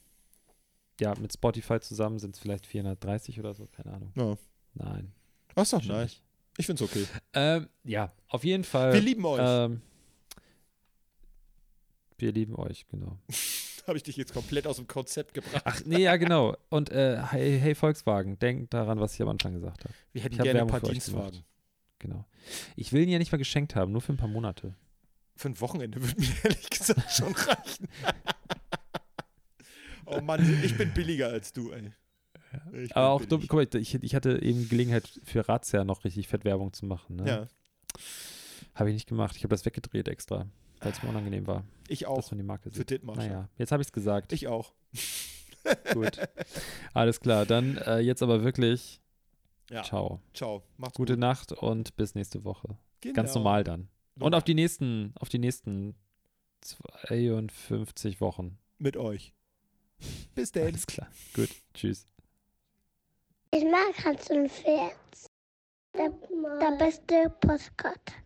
S2: ja, mit Spotify zusammen sind es vielleicht 430 oder so, keine Ahnung.
S3: Ja.
S2: Nein.
S3: Ach so, nein.
S2: wahrscheinlich.
S3: Ich find's okay.
S2: Ähm, ja, auf jeden Fall.
S3: Wir lieben euch.
S2: Ähm, wir lieben euch, genau.
S3: Habe ich dich jetzt komplett aus dem Konzept gebracht.
S2: Ach, nee, ja, genau. Und äh, hey, hey Volkswagen, denkt daran, was ich am Anfang gesagt habe.
S3: Wir
S2: Ich habe Werbung für euch gemacht. Genau. Ich will ihn ja nicht mal geschenkt haben, nur für ein paar Monate.
S3: Für ein Wochenende würde mir ehrlich gesagt schon reichen. oh Mann, ich bin billiger als du, ey. Ich
S2: Aber auch,
S3: bin
S2: du,
S3: billig.
S2: guck mal, ich, ich hatte eben Gelegenheit für Razzia noch richtig fett Werbung zu machen. Ne?
S3: Ja,
S2: Habe ich nicht gemacht. Ich habe das weggedreht extra, weil es mir unangenehm war,
S3: ich
S2: dass
S3: auch.
S2: man die Marke
S3: Für
S2: sieht.
S3: Dithmarsch.
S2: Naja, jetzt habe ich es gesagt.
S3: Ich auch.
S2: Gut. Alles klar, dann äh, jetzt aber wirklich
S3: Ja.
S2: ciao.
S3: Ciao. Macht's
S2: Gute
S3: gut.
S2: Nacht und bis nächste Woche.
S3: Genau.
S2: Ganz normal dann. Und auf die nächsten, auf die nächsten 52 Wochen.
S3: mit euch. Bis denn.
S2: Alles klar. Gut. Tschüss.
S6: Ich mag Hans und Pferd. Der, der beste Postkarte.